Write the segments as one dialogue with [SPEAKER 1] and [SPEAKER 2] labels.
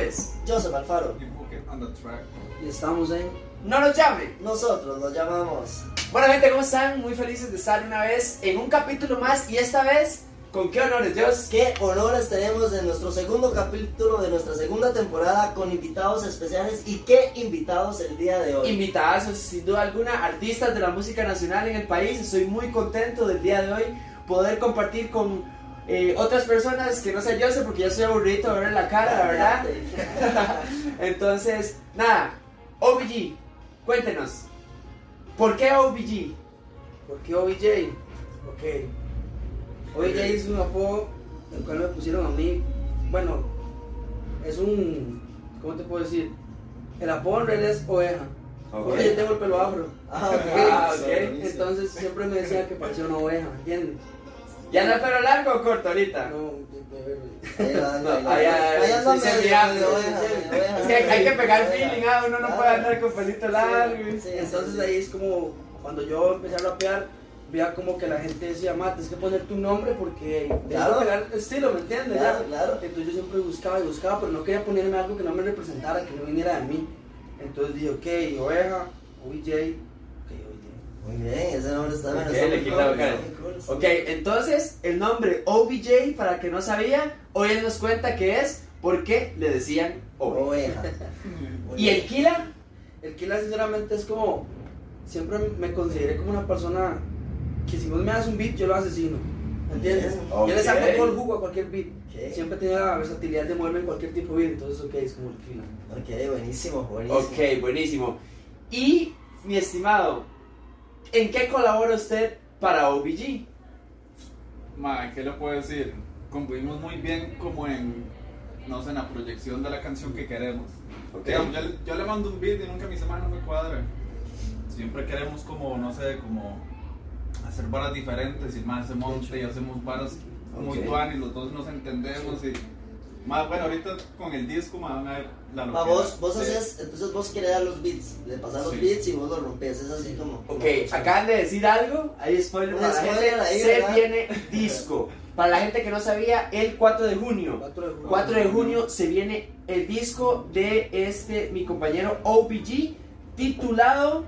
[SPEAKER 1] es Joseph Alfaro.
[SPEAKER 2] You book it on the track.
[SPEAKER 3] Y estamos en
[SPEAKER 1] No nos llame. Nosotros lo llamamos.
[SPEAKER 4] Bueno, gente, ¿cómo están? Muy felices de estar una vez en un capítulo más y esta vez, ¿con qué honores, Dios?
[SPEAKER 1] Qué honores tenemos en nuestro segundo capítulo de nuestra segunda temporada con invitados especiales y qué invitados el día de hoy.
[SPEAKER 4] Invitadas, sin duda alguna, artistas de la música nacional en el país. Estoy muy contento del día de hoy poder compartir con eh, otras personas que no sé yo, sé porque ya soy aburrido de ver la cara, la verdad. Entonces, nada, OBG, cuéntenos, ¿por qué OBG?
[SPEAKER 3] ¿Por qué OBJ? Ok. OBJ es un apodo el cual me pusieron a mí. Bueno, es un. ¿Cómo te puedo decir? El apodo en realidad es oveja. Porque yo tengo el pelo afro.
[SPEAKER 1] Ah,
[SPEAKER 4] Ah,
[SPEAKER 1] ok.
[SPEAKER 4] ok.
[SPEAKER 3] Entonces siempre me decían que parecía una oveja, ¿me entiendes?
[SPEAKER 4] ¿Ya anda el pelo largo o corto ahorita?
[SPEAKER 3] No, de- de verlo.
[SPEAKER 1] Ahí ando, ahí ando.
[SPEAKER 4] Ahí, ahí,
[SPEAKER 1] Ahí ando,
[SPEAKER 4] sí, sí,
[SPEAKER 1] medio,
[SPEAKER 4] sí, sí,
[SPEAKER 1] medio,
[SPEAKER 4] sí,
[SPEAKER 1] medio,
[SPEAKER 3] sí.
[SPEAKER 1] medio, medio,
[SPEAKER 4] Es que hay- hay que pegar
[SPEAKER 1] medio.
[SPEAKER 4] feeling, ah, uno no puede andar con pelito largo. y-
[SPEAKER 1] Sí,
[SPEAKER 3] Entonces ahí es como cuando yo empecé a rapear, veía como que la gente decía, mate, tienes que poner tu nombre porque
[SPEAKER 1] Claro.
[SPEAKER 3] claro. pegar el estilo, ¿me entiendes?
[SPEAKER 1] Claro,
[SPEAKER 3] Ya.
[SPEAKER 1] claro.
[SPEAKER 3] Entonces yo siempre buscaba y buscaba, pero no quería ponerme algo que no me representara, que no viniera de mí. Entonces dije, ok, oveja, OBJ, ok, OBJ.
[SPEAKER 1] Muy bien, ese nombre está bien.
[SPEAKER 4] Ok,
[SPEAKER 1] está
[SPEAKER 4] le
[SPEAKER 1] muy
[SPEAKER 4] quitó
[SPEAKER 1] cool,
[SPEAKER 4] cara.
[SPEAKER 1] está muy cool, está
[SPEAKER 4] Ok,
[SPEAKER 1] muy
[SPEAKER 4] entonces el nombre OBJ, para el que no sabía, hoy él nos cuenta que es porque le decían
[SPEAKER 1] cool.
[SPEAKER 4] OBJ.
[SPEAKER 1] Oveja.
[SPEAKER 4] ¿Y el Kila?
[SPEAKER 3] El Kila sinceramente es como, siempre me consideré como una persona que si vos me das un beat, yo lo asesino. ¿Me entiendes?
[SPEAKER 4] Ok.
[SPEAKER 3] Yo le saco todo el jugo a cualquier beat.
[SPEAKER 1] Ok.
[SPEAKER 3] Siempre tenía la versatilidad de moverme en cualquier tipo de beat, entonces ok, es como el Kila.
[SPEAKER 1] Ok, buenísimo, buenísimo.
[SPEAKER 4] Ok, buenísimo. Y, mi estimado, ¿en qué colabora usted para OBG?
[SPEAKER 2] Ma, ¿qué le puedo decir? Convivimos muy bien como en, no sé, en la proyección de la canción que queremos.
[SPEAKER 4] Ok.
[SPEAKER 2] Digamos, yo, le- yo le mando un beat y nunca mi semana no me cuadra. Siempre queremos como, no sé, como hacer varas diferentes y más se monta y hacemos varas muy
[SPEAKER 4] Ok.
[SPEAKER 2] tuanis, los dos nos entendemos y... Más, bueno, ahorita con el disco, ma, van a ver la
[SPEAKER 1] Ah,
[SPEAKER 2] locura.
[SPEAKER 1] vos, vos
[SPEAKER 2] Sí.
[SPEAKER 1] hacías, entonces vos querés dar los beats, le pasás los
[SPEAKER 2] Sí.
[SPEAKER 1] beats y vos los rompes, es así como.
[SPEAKER 4] Ok, acaban de decir algo, hay spoiler
[SPEAKER 1] Un
[SPEAKER 4] para la
[SPEAKER 1] spoiler
[SPEAKER 4] gente,
[SPEAKER 1] ahí,
[SPEAKER 4] se
[SPEAKER 1] ¿verdad?
[SPEAKER 4] viene disco. Para la gente que no sabía, el 4 de junio.
[SPEAKER 3] 4 de junio.
[SPEAKER 4] 4 de junio se viene el disco de este mi compañero OPG titulado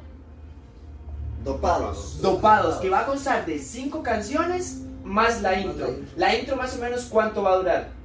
[SPEAKER 1] Dopados.
[SPEAKER 4] Dopados, que va a constar de 5 canciones más la intro. La intro más o menos cuánto va a durar.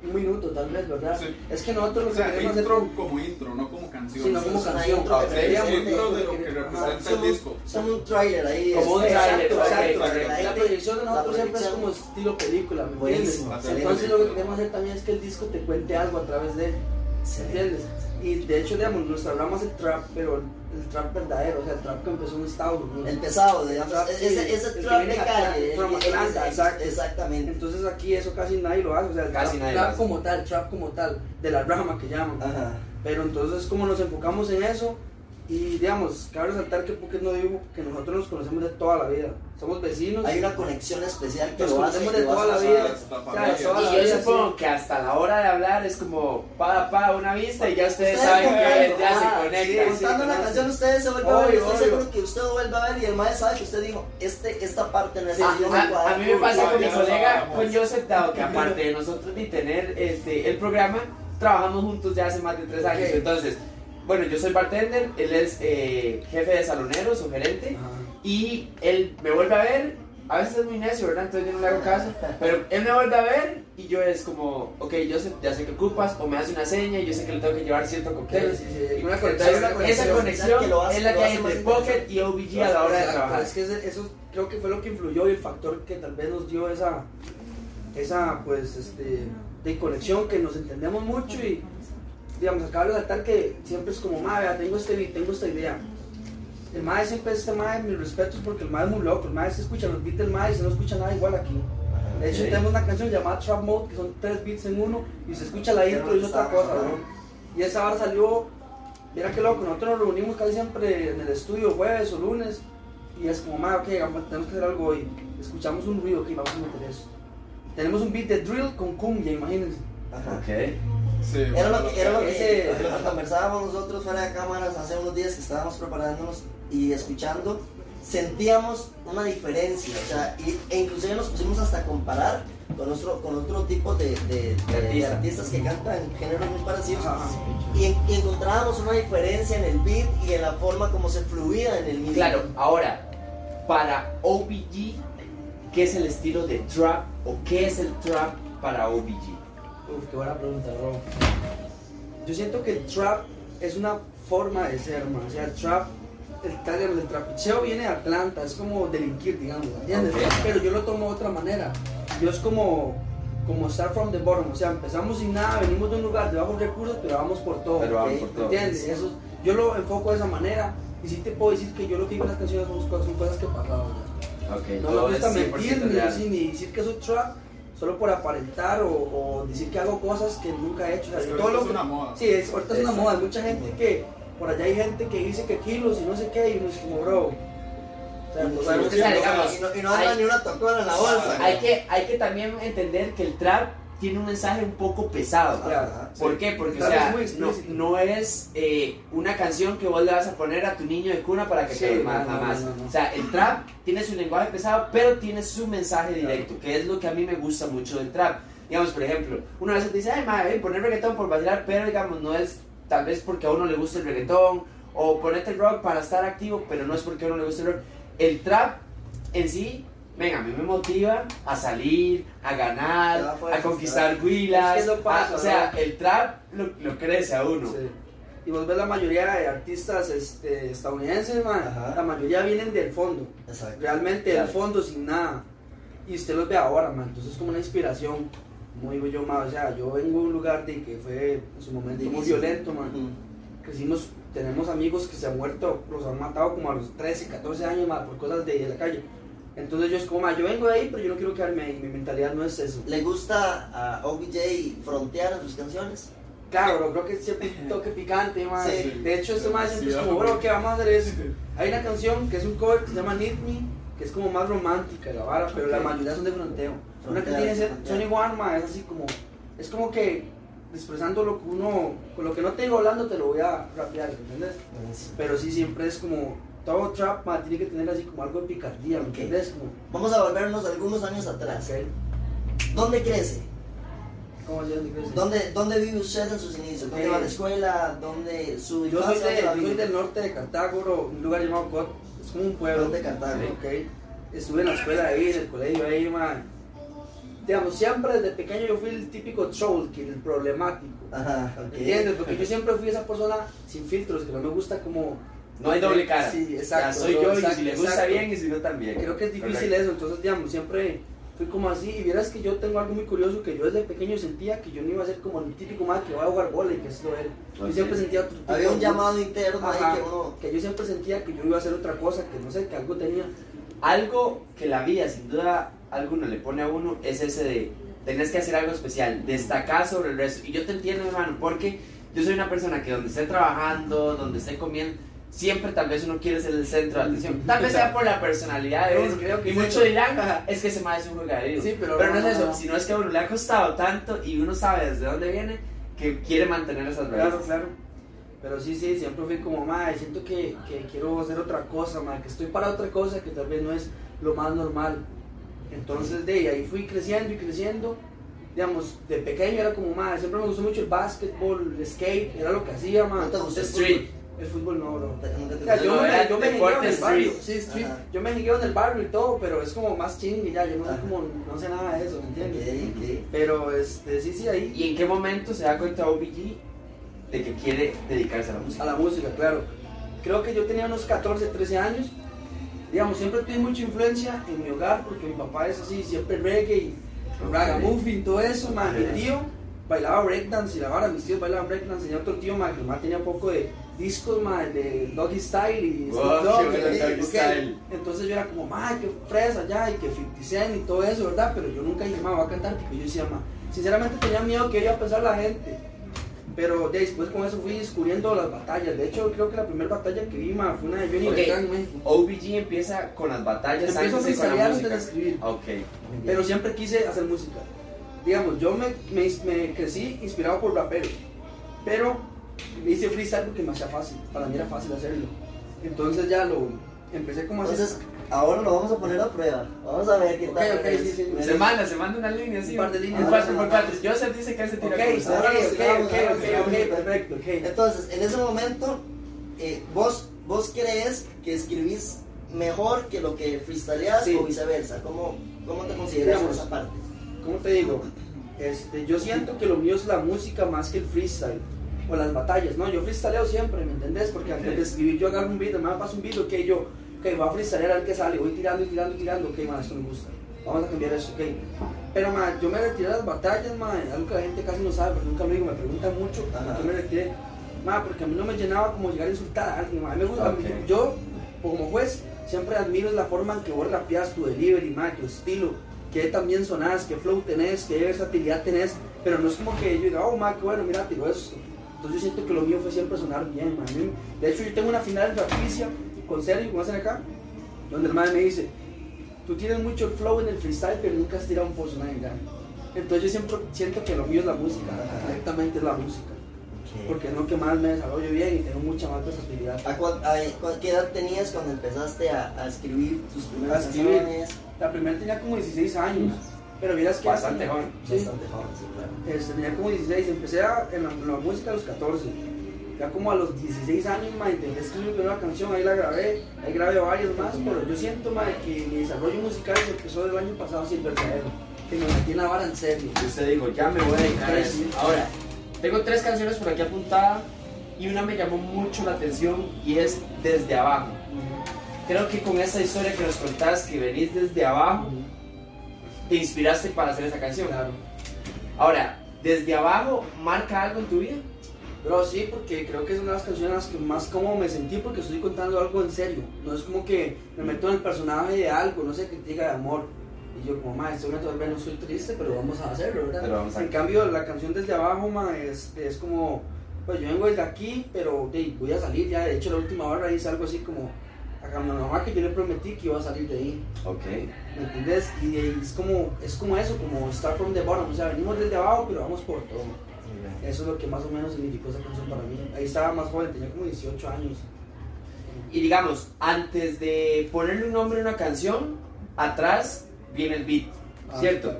[SPEAKER 3] un minuto tal vez, ¿verdad?
[SPEAKER 2] Sí.
[SPEAKER 3] Es que nosotros lo
[SPEAKER 2] O
[SPEAKER 3] que
[SPEAKER 2] sea,
[SPEAKER 3] queremos
[SPEAKER 2] intro
[SPEAKER 3] hacer
[SPEAKER 2] como intro, no como canción.
[SPEAKER 3] Sí, no
[SPEAKER 1] Sí,
[SPEAKER 3] como
[SPEAKER 1] es una
[SPEAKER 3] canción.
[SPEAKER 1] intro que
[SPEAKER 4] Ok,
[SPEAKER 2] Sí,
[SPEAKER 1] tendríamos
[SPEAKER 3] sí,
[SPEAKER 1] que-
[SPEAKER 2] intro de lo que representa el
[SPEAKER 1] Somos-
[SPEAKER 2] disco.
[SPEAKER 1] Somos un trailer ahí.
[SPEAKER 4] Como un
[SPEAKER 1] es-
[SPEAKER 4] trailer,
[SPEAKER 1] exacto,
[SPEAKER 4] ok,
[SPEAKER 1] exacto,
[SPEAKER 4] correcto.
[SPEAKER 1] la
[SPEAKER 3] la
[SPEAKER 1] gente-
[SPEAKER 3] proyección de
[SPEAKER 1] la
[SPEAKER 3] nosotros siempre es
[SPEAKER 1] proyección.
[SPEAKER 3] como estilo película, ¿me entiendes?
[SPEAKER 1] Buenísimo.
[SPEAKER 2] Entonces,
[SPEAKER 3] Entonces lo que queremos hacer también es que el disco te cuente algo a través de él, ¿me entiendes? Y de hecho, digamos, nos hablamos el trap, pero el trap verdadero, o sea, el trap que empezó en Estados Unidos.
[SPEAKER 1] El pesado, digamos.
[SPEAKER 3] Sí,
[SPEAKER 1] Ese, ese
[SPEAKER 3] el que
[SPEAKER 1] trap de
[SPEAKER 3] viene acá,
[SPEAKER 1] calle. el-
[SPEAKER 3] from
[SPEAKER 1] el-
[SPEAKER 3] Atlanta,
[SPEAKER 1] el-
[SPEAKER 3] exacto.
[SPEAKER 1] Exactamente.
[SPEAKER 3] Entonces aquí eso casi nadie lo hace, o sea, el
[SPEAKER 4] Casi
[SPEAKER 3] trap,
[SPEAKER 4] nadie lo
[SPEAKER 3] trap
[SPEAKER 4] hace.
[SPEAKER 3] como tal, trap como tal, de la rama que llaman.
[SPEAKER 1] Ajá.
[SPEAKER 3] Pero entonces como nos enfocamos en eso y digamos, cabe resaltar que Puket no dijo que nosotros nos conocemos de toda la vida. Somos vecinos.
[SPEAKER 1] Hay una conexión especial que
[SPEAKER 3] Nos
[SPEAKER 1] lo hace.
[SPEAKER 3] conocemos
[SPEAKER 1] que
[SPEAKER 3] de
[SPEAKER 1] lo
[SPEAKER 3] toda la
[SPEAKER 1] hace
[SPEAKER 3] vida.
[SPEAKER 1] pasar.
[SPEAKER 2] Hasta
[SPEAKER 3] O sea,
[SPEAKER 2] familia.
[SPEAKER 3] toda la
[SPEAKER 4] Y yo
[SPEAKER 3] vida,
[SPEAKER 4] supongo
[SPEAKER 3] sí.
[SPEAKER 4] que hasta la hora de hablar es como pa pa una vista y ya ustedes
[SPEAKER 1] Ustedes
[SPEAKER 4] saben que
[SPEAKER 1] comprando,
[SPEAKER 4] ya
[SPEAKER 1] ah,
[SPEAKER 4] se conectan.
[SPEAKER 3] sí,
[SPEAKER 1] Contando
[SPEAKER 3] sí,
[SPEAKER 1] la
[SPEAKER 3] sí.
[SPEAKER 1] canción, ustedes se vuelven a ver.
[SPEAKER 3] Obvio,
[SPEAKER 1] Estoy
[SPEAKER 3] obvio.
[SPEAKER 1] seguro que usted lo vuelve a ver y el maestro sabe que usted dijo: este, Esta parte no es
[SPEAKER 4] Ah,
[SPEAKER 1] el yo me
[SPEAKER 4] a, a mí me
[SPEAKER 1] cuadro.
[SPEAKER 4] pasa con mi
[SPEAKER 2] Ya lo
[SPEAKER 4] colega,
[SPEAKER 2] sabemos.
[SPEAKER 4] con Joseph Dao, que aparte de nosotros de tener este, el programa, trabajamos juntos ya hace más de tres años.
[SPEAKER 3] Ok.
[SPEAKER 4] Entonces, bueno, yo soy bartender, él es eh, jefe de saloneros o gerente,
[SPEAKER 3] Ajá.
[SPEAKER 4] y él me vuelve a ver, a veces es muy necio, ¿verdad? Entonces yo no le hago caso, pero él me vuelve a ver y yo es como, ok, Joseph, ya sé que ocupas, o me hace una seña, y yo sé que le tengo que llevar cierto cóctel.
[SPEAKER 3] Sí, sí, sí,
[SPEAKER 4] Y-
[SPEAKER 3] una
[SPEAKER 4] entonces,
[SPEAKER 3] conexión, una
[SPEAKER 4] esa
[SPEAKER 3] conexión.
[SPEAKER 4] conexión
[SPEAKER 1] que lo hace-
[SPEAKER 4] es la
[SPEAKER 1] lo
[SPEAKER 4] que hay
[SPEAKER 1] hace más
[SPEAKER 4] entre Pocket y OBG a la hora de
[SPEAKER 3] Exacto,
[SPEAKER 4] trabajar.
[SPEAKER 3] Es que ese- eso creo que fue lo que influyó y el factor que tal vez nos dio esa, esa pues, este, de conexión, que nos entendemos mucho y, digamos, acá de resaltar que siempre es como, madre, tengo este beat, tengo esta idea. El mae siempre es este mae, mis respetos, porque el mae es muy loco, el mae se escucha los beats del mae y se no escucha nada igual aquí. De hecho,
[SPEAKER 4] Ok.
[SPEAKER 3] tenemos una canción llamada Trap Mode, que son tres beats en uno, y se escucha la intro y es otra cosa, ¿no? Y esa hora salió, mira qué loco, nosotros nos reunimos casi siempre en el estudio, jueves o lunes, y es como, madre, ok, vamos- tenemos que hacer algo hoy. Escuchamos un ruido, ok, vamos a meter eso. Tenemos un beat de drill con cumbia, imagínense.
[SPEAKER 1] Ajá.
[SPEAKER 2] Sí,
[SPEAKER 1] Era
[SPEAKER 2] bueno,
[SPEAKER 1] lo que, era lo que
[SPEAKER 3] Ese-
[SPEAKER 1] eh, lo que conversábamos nosotros fuera de cámaras hace unos días que estábamos preparándonos y escuchando, sentíamos una diferencia, o sea, y- e inclusive nos pusimos hasta a comparar con otro, con otro tipo de, de- de- de
[SPEAKER 4] Artista.
[SPEAKER 1] artistas que cantan géneros muy parecidos.
[SPEAKER 3] Ajá.
[SPEAKER 1] Y, en- y encontrábamos una diferencia en el beat y en la forma como se fluía en el mismo.
[SPEAKER 4] Claro, ahora, para OBG, ¿qué es el estilo de trap o qué es el trap para OBG?
[SPEAKER 3] Uf, qué buena pregunta, bro. Yo siento que el trap es una forma de ser, man. O sea, el trap, el tagger del trapicheo viene de Atlanta, es como delinquir, digamos, ¿entiendes?
[SPEAKER 4] Ok.
[SPEAKER 3] Pero yo lo tomo de otra manera. Yo es como, como start from the bottom, o sea, empezamos sin nada, venimos de un lugar de bajos recursos, pero vamos por todo.
[SPEAKER 4] Pero vamos
[SPEAKER 3] ¿ok?
[SPEAKER 4] por todo.
[SPEAKER 3] ¿Entiendes? Eso, yo lo enfoco de esa manera. Y sí te puedo decir que yo lo que digo en las canciones son cosas, son cosas que pasaron. ya.
[SPEAKER 4] Ok,
[SPEAKER 3] No me gusta mentir ni decir, ni decir que soy trap solo por aparentar o, o decir que hago cosas que nunca he hecho. O sea,
[SPEAKER 2] Es que
[SPEAKER 3] todo
[SPEAKER 2] ahorita
[SPEAKER 3] lo
[SPEAKER 2] es
[SPEAKER 3] que-
[SPEAKER 2] una moda.
[SPEAKER 3] Sí, es, ahorita es una
[SPEAKER 4] Exacto.
[SPEAKER 3] moda. Hay mucha gente que por allá hay gente que dice que kilos y no sé qué y uno es como, bro. O sea, no sabemos
[SPEAKER 4] Sí,
[SPEAKER 3] qué
[SPEAKER 4] claro,
[SPEAKER 3] significa.
[SPEAKER 4] digamos,
[SPEAKER 1] y no, y no anda
[SPEAKER 4] hay-
[SPEAKER 1] ni una tocora en la bolsa.
[SPEAKER 4] Hay que, hay que también entender que el trap tiene un mensaje un poco pesado.
[SPEAKER 3] Claro.
[SPEAKER 1] Ajá.
[SPEAKER 4] ¿Por qué? Porque o
[SPEAKER 3] Claro,
[SPEAKER 4] sea,
[SPEAKER 3] es muy
[SPEAKER 4] no,
[SPEAKER 3] explícito.
[SPEAKER 4] no es eh, una canción que vos le vas a poner a tu niño de cuna para que
[SPEAKER 3] Sí,
[SPEAKER 4] te
[SPEAKER 3] no,
[SPEAKER 4] duerma
[SPEAKER 3] no,
[SPEAKER 4] nada
[SPEAKER 3] no,
[SPEAKER 4] más.
[SPEAKER 3] no, no.
[SPEAKER 4] O sea, el trap tiene su lenguaje pesado, pero tiene su mensaje directo, que es lo que a mí me gusta mucho del trap. Digamos, por ejemplo, una vez te dice, ay, madre, poner reggaetón por bailar, pero digamos, no es tal vez porque a uno le gusta el reggaetón, o ponerte rock para estar activo, pero no es porque a uno le gusta el rock. El trap en sí, venga, a mí me motiva a salir, a
[SPEAKER 1] Te da
[SPEAKER 4] ganar,
[SPEAKER 1] fuerza,
[SPEAKER 4] a conquistar huilas.
[SPEAKER 3] Es que eso pasa,
[SPEAKER 4] a- o sea,
[SPEAKER 3] ¿no?
[SPEAKER 4] el trap lo, lo crece a uno.
[SPEAKER 3] Sí. Y vos ves la mayoría de artistas este, estadounidenses, man,
[SPEAKER 1] Ajá.
[SPEAKER 3] la mayoría vienen del fondo.
[SPEAKER 1] Exacto.
[SPEAKER 3] realmente
[SPEAKER 4] Claro.
[SPEAKER 3] al fondo sin nada. Y usted los ve ahora, man. Entonces es como una inspiración. Como digo yo, man. O sea, yo vengo de un lugar de que fue en su momento muy
[SPEAKER 1] Difícil.
[SPEAKER 3] violento, man. Crecimos, tenemos amigos que se han muerto, los han matado como a los 13, 14 años, man, por cosas de, de la calle. Entonces yo es como, man, yo vengo de ahí, pero yo no quiero quedarme ahí. Mi mentalidad no es eso.
[SPEAKER 1] ¿Le gusta a OBJ frontear en sus canciones?
[SPEAKER 3] Claro, bro, creo que siempre un toque picante, man.
[SPEAKER 1] Sí.
[SPEAKER 3] De hecho, este man siempre
[SPEAKER 2] Sí,
[SPEAKER 3] es como,
[SPEAKER 2] vamos.
[SPEAKER 3] bro, ¿qué vamos a hacer esto? Hay una canción que es un cover que se llama Need Me, que es como más romántica la vara, pero la
[SPEAKER 1] Ok.
[SPEAKER 3] mayoría son de fronteo. Una que
[SPEAKER 1] Fronteo,
[SPEAKER 3] tiene ese
[SPEAKER 1] fronteo.
[SPEAKER 3] Sony One, man, es así como, es como que expresando lo que uno, con lo que no te digo hablando te lo voy a rapear, ¿entiendes? Pero sí, siempre es como, todo trap, man, tiene que tener así como algo de picardía, ¿me
[SPEAKER 1] Ok.
[SPEAKER 3] entiendes? Como,
[SPEAKER 1] Vamos a volvernos algunos años atrás.
[SPEAKER 3] ok,
[SPEAKER 1] ¿Dónde crece?
[SPEAKER 3] ¿cómo se llama?
[SPEAKER 1] ¿Dónde, dónde vive usted en sus inicios? ¿Dónde
[SPEAKER 3] Ok.
[SPEAKER 1] va a la escuela? ¿Dónde su
[SPEAKER 3] Yo soy,
[SPEAKER 1] infancia?
[SPEAKER 3] de-
[SPEAKER 1] ¿Dónde la
[SPEAKER 3] yo soy
[SPEAKER 1] vive?
[SPEAKER 3] del norte de Cartago, bro, un lugar llamado Cot, es como un pueblo.
[SPEAKER 1] ¿Dónde Cartago?
[SPEAKER 3] Ok. Estuve en la escuela ahí, en el colegio ahí, man. Digamos, siempre desde pequeño yo fui el típico troll, que el problemático.
[SPEAKER 4] Ah,
[SPEAKER 1] Ajá, ok.
[SPEAKER 3] ¿Entiendes? Porque yo siempre fui esa persona sin filtros, que no me gusta como...
[SPEAKER 4] No hay doble cara.
[SPEAKER 3] Sí, exacto.
[SPEAKER 4] O sea, soy
[SPEAKER 3] bro,
[SPEAKER 4] yo y
[SPEAKER 3] exacto,
[SPEAKER 4] si le gusta
[SPEAKER 3] exacto.
[SPEAKER 4] bien y si no también.
[SPEAKER 3] Creo que es difícil
[SPEAKER 4] Correcto.
[SPEAKER 3] eso, entonces, digamos, siempre fui como así. Y vieras que yo tengo algo muy curioso, que yo desde pequeño sentía que yo no iba a ser como el típico más que va a jugar bola y que es lo él. Yo
[SPEAKER 4] Ok.
[SPEAKER 3] siempre sentía otro tipo
[SPEAKER 1] Había un
[SPEAKER 3] de-
[SPEAKER 1] llamado interno
[SPEAKER 3] Ajá,
[SPEAKER 1] ahí que uno...
[SPEAKER 3] que yo siempre sentía que yo iba a hacer otra cosa, que no sé, que algo tenía.
[SPEAKER 4] Algo que la vida sin duda alguno le pone a uno es ese de tenés que hacer algo especial, destacar sobre el resto. Y yo te entiendo, hermano, porque yo soy una persona que donde esté trabajando, donde esté comiendo, siempre tal vez uno quiere ser el centro de atención. Tal vez sea por la personalidad de
[SPEAKER 3] Yo
[SPEAKER 4] uno.
[SPEAKER 3] creo que
[SPEAKER 4] Y
[SPEAKER 3] es
[SPEAKER 4] mucho
[SPEAKER 3] eso.
[SPEAKER 4] dirán, es que ese más es un jugadero.
[SPEAKER 3] Sí, pero
[SPEAKER 4] Pero no
[SPEAKER 3] no,
[SPEAKER 4] es
[SPEAKER 3] no,
[SPEAKER 4] eso,
[SPEAKER 3] no.
[SPEAKER 4] sino es que a uno le ha costado tanto y uno sabe desde dónde viene que quiere mantener esas
[SPEAKER 3] Claro,
[SPEAKER 4] raíces.
[SPEAKER 3] claro. Pero sí, sí, siempre fui como, madre, siento que, que quiero hacer otra cosa, madre, que estoy para otra cosa que tal vez no es lo más normal. Entonces, de ahí fui creciendo y creciendo. Digamos, de pequeño era como, madre, siempre me gustó mucho el básquetbol, el skate, era lo que hacía, madre.
[SPEAKER 1] ¿No te gustó el
[SPEAKER 4] Street.
[SPEAKER 3] El fútbol no, bro.
[SPEAKER 1] Nunca te
[SPEAKER 3] O sea,
[SPEAKER 1] gustó.
[SPEAKER 3] yo,
[SPEAKER 4] No,
[SPEAKER 3] me,
[SPEAKER 4] era
[SPEAKER 3] yo me
[SPEAKER 4] deporte
[SPEAKER 3] jigueo en el barrio,
[SPEAKER 4] street.
[SPEAKER 3] sí, street.
[SPEAKER 1] Ajá.
[SPEAKER 3] Yo me jigueo en el barrio y todo, pero es como más chingue ya, yo no sé
[SPEAKER 1] Ajá.
[SPEAKER 3] como, no sé nada de eso, ¿me entiendes?
[SPEAKER 1] Ok,
[SPEAKER 3] Pero este, sí, sí, ahí.
[SPEAKER 4] ¿Y en qué momento se da cuenta OBG de que quiere dedicarse a la música?
[SPEAKER 3] A la música, claro. Creo que yo tenía unos 14, 13 años. Digamos, siempre tuve mucha influencia en mi hogar porque mi papá es así, siempre reggae, y ragamuffin, todo eso. Man.
[SPEAKER 4] Ok.
[SPEAKER 3] Mi tío bailaba breakdance y la vara, mis tíos bailaban breakdance. Tenía otro tío man, que más tenía un poco de discos man, de doggy style y Snoop
[SPEAKER 4] Wow, qué
[SPEAKER 3] Dogg,
[SPEAKER 4] Oh, bueno,
[SPEAKER 3] y-
[SPEAKER 4] Doggy
[SPEAKER 3] ok.
[SPEAKER 4] Style.
[SPEAKER 3] Entonces yo era como, ma, qué fresa ya, y que 50 Cent y todo eso, ¿verdad? Pero yo nunca dije, ma, voy a cantar, porque yo decía, ma, sinceramente tenía miedo que iba a pensar la gente. Pero de- después con eso fui descubriendo las batallas. De hecho, creo que la primera batalla que vi, ma, fue una de Johnny
[SPEAKER 4] Ok.
[SPEAKER 3] Beltrán en México.
[SPEAKER 4] OBG empieza con las batallas
[SPEAKER 3] Empiezo a
[SPEAKER 4] antes de con la
[SPEAKER 3] freestylear antes de
[SPEAKER 4] música.
[SPEAKER 3] escribir.
[SPEAKER 4] Ok.
[SPEAKER 1] ok.
[SPEAKER 3] Pero siempre quise hacer música. Digamos, yo me, me, me crecí inspirado por raperos. Pero me hice freestyle porque me hacía fácil. Para mí era fácil hacerlo. Entonces ya lo empecé como a hacer.
[SPEAKER 1] Entonces, ahora lo vamos a poner a prueba. Vamos a ver qué
[SPEAKER 3] Ok,
[SPEAKER 1] tal.
[SPEAKER 3] ok,
[SPEAKER 1] es.
[SPEAKER 3] sí, sí.
[SPEAKER 4] Se manda, se manda una línea, sí.
[SPEAKER 3] Un par de líneas.
[SPEAKER 4] Un 4 por 4 Joseph dice que él se tira
[SPEAKER 3] Ok,
[SPEAKER 4] con
[SPEAKER 3] ok,
[SPEAKER 4] usted.
[SPEAKER 3] ok, ok, ok, ok, perfecto, ok.
[SPEAKER 1] Entonces, en ese momento, eh, vos, vos crees que escribís mejor que lo que freestyleás
[SPEAKER 3] Sí.
[SPEAKER 1] o viceversa. ¿Cómo, cómo te consideras en
[SPEAKER 3] Digamos.
[SPEAKER 1] esa parte?
[SPEAKER 3] ¿Cómo te digo? Este, yo siento que lo mío es la música más que el freestyle o las batallas, ¿no? Yo freestyleo siempre, ¿me entendés? Porque antes de escribir yo agarro un beat, me paso un beat, ok, yo, ok, voy a freestylear al que sale, voy tirando y tirando y tirando, ok, ma, esto me gusta, vamos a cambiar eso, ok. Pero, ma, yo me retiré de las batallas, ma, algo que la gente casi no sabe, porque nunca lo digo, me preguntan mucho,
[SPEAKER 1] Ajá.
[SPEAKER 3] yo me retiré, ma, porque a mí no me llenaba como llegar a insultar a alguien, ma, a mí me gusta,
[SPEAKER 4] Ok.
[SPEAKER 3] yo, como juez, siempre admiro la forma en que vos rapeas tu delivery, ma, tu estilo, que también sonás, qué flow tenés, qué versatilidad tenés, pero no es como que yo diga, oh, ma, qué bueno, mira, tiro esto. Entonces yo siento que lo mío fue siempre sonar bien, man. A mí- De hecho, yo tengo una final rapicia con Sergio, como hacen acá, donde el madre me dice, tú tienes mucho el flow en el freestyle, pero nunca has tirado un personaje grande. Entonces yo siempre siento que lo mío es la música, directamente es la música, porque es lo que más me desarrollo bien y tengo mucha más versatilidad.
[SPEAKER 1] ¿A cua- a- cua- ¿Qué edad tenías cuando empezaste a, a escribir tus primeras
[SPEAKER 3] A escribir.
[SPEAKER 1] canciones?
[SPEAKER 3] La primera tenía como 16 años, pero vieras que...
[SPEAKER 4] Bastante joven.
[SPEAKER 3] Sí.
[SPEAKER 1] Bastante joven, sí, claro.
[SPEAKER 3] Este, tenía como 16, empecé a- en, la, en la música a los 14. Ya como a los 16 años, ma, intenté escribir mi primera canción, ahí la grabé, ahí grabé varias más, pero yo siento, ma, que mi desarrollo musical se empezó el año pasado sin verdadero, que me metí en la vara en serio.
[SPEAKER 4] Y usted dijo, ya me voy a dedicar a eso. Ahora, tengo tres canciones por aquí apuntadas y una me llamó mucho la atención y es Desde Abajo. Creo que con esa historia que nos contás, que venís desde abajo, te inspiraste para hacer esa canción.
[SPEAKER 3] Claro.
[SPEAKER 4] Ahora, ¿desde abajo marca algo en tu vida?
[SPEAKER 3] Pero sí, porque creo que es una de las canciones en las que más cómodo me sentí porque estoy contando algo en serio. No es como que me meto en el personaje de algo, no sé, que te diga de amor. Y yo como, ma, estoy tal vez no soy triste, pero vamos a hacerlo, ¿verdad?
[SPEAKER 4] Pero vamos a-
[SPEAKER 3] En cambio, la canción desde abajo, ma, es, es como, pues yo vengo desde aquí, pero de, voy a salir ya. De hecho, la última hora hice algo así como, a mi mamá que yo le prometí que iba a salir de ahí.
[SPEAKER 4] Ok.
[SPEAKER 3] ¿Me entiendes? Y de ahí es como, es como eso, como start from the bottom. O sea, venimos desde abajo, pero vamos por todo. Eso es lo que más o menos significó esa canción para mí. Ahí estaba más joven, tenía como 18 años.
[SPEAKER 4] Y digamos, antes de ponerle un nombre a una canción, atrás viene el beat,
[SPEAKER 3] Ah,
[SPEAKER 4] ¿cierto?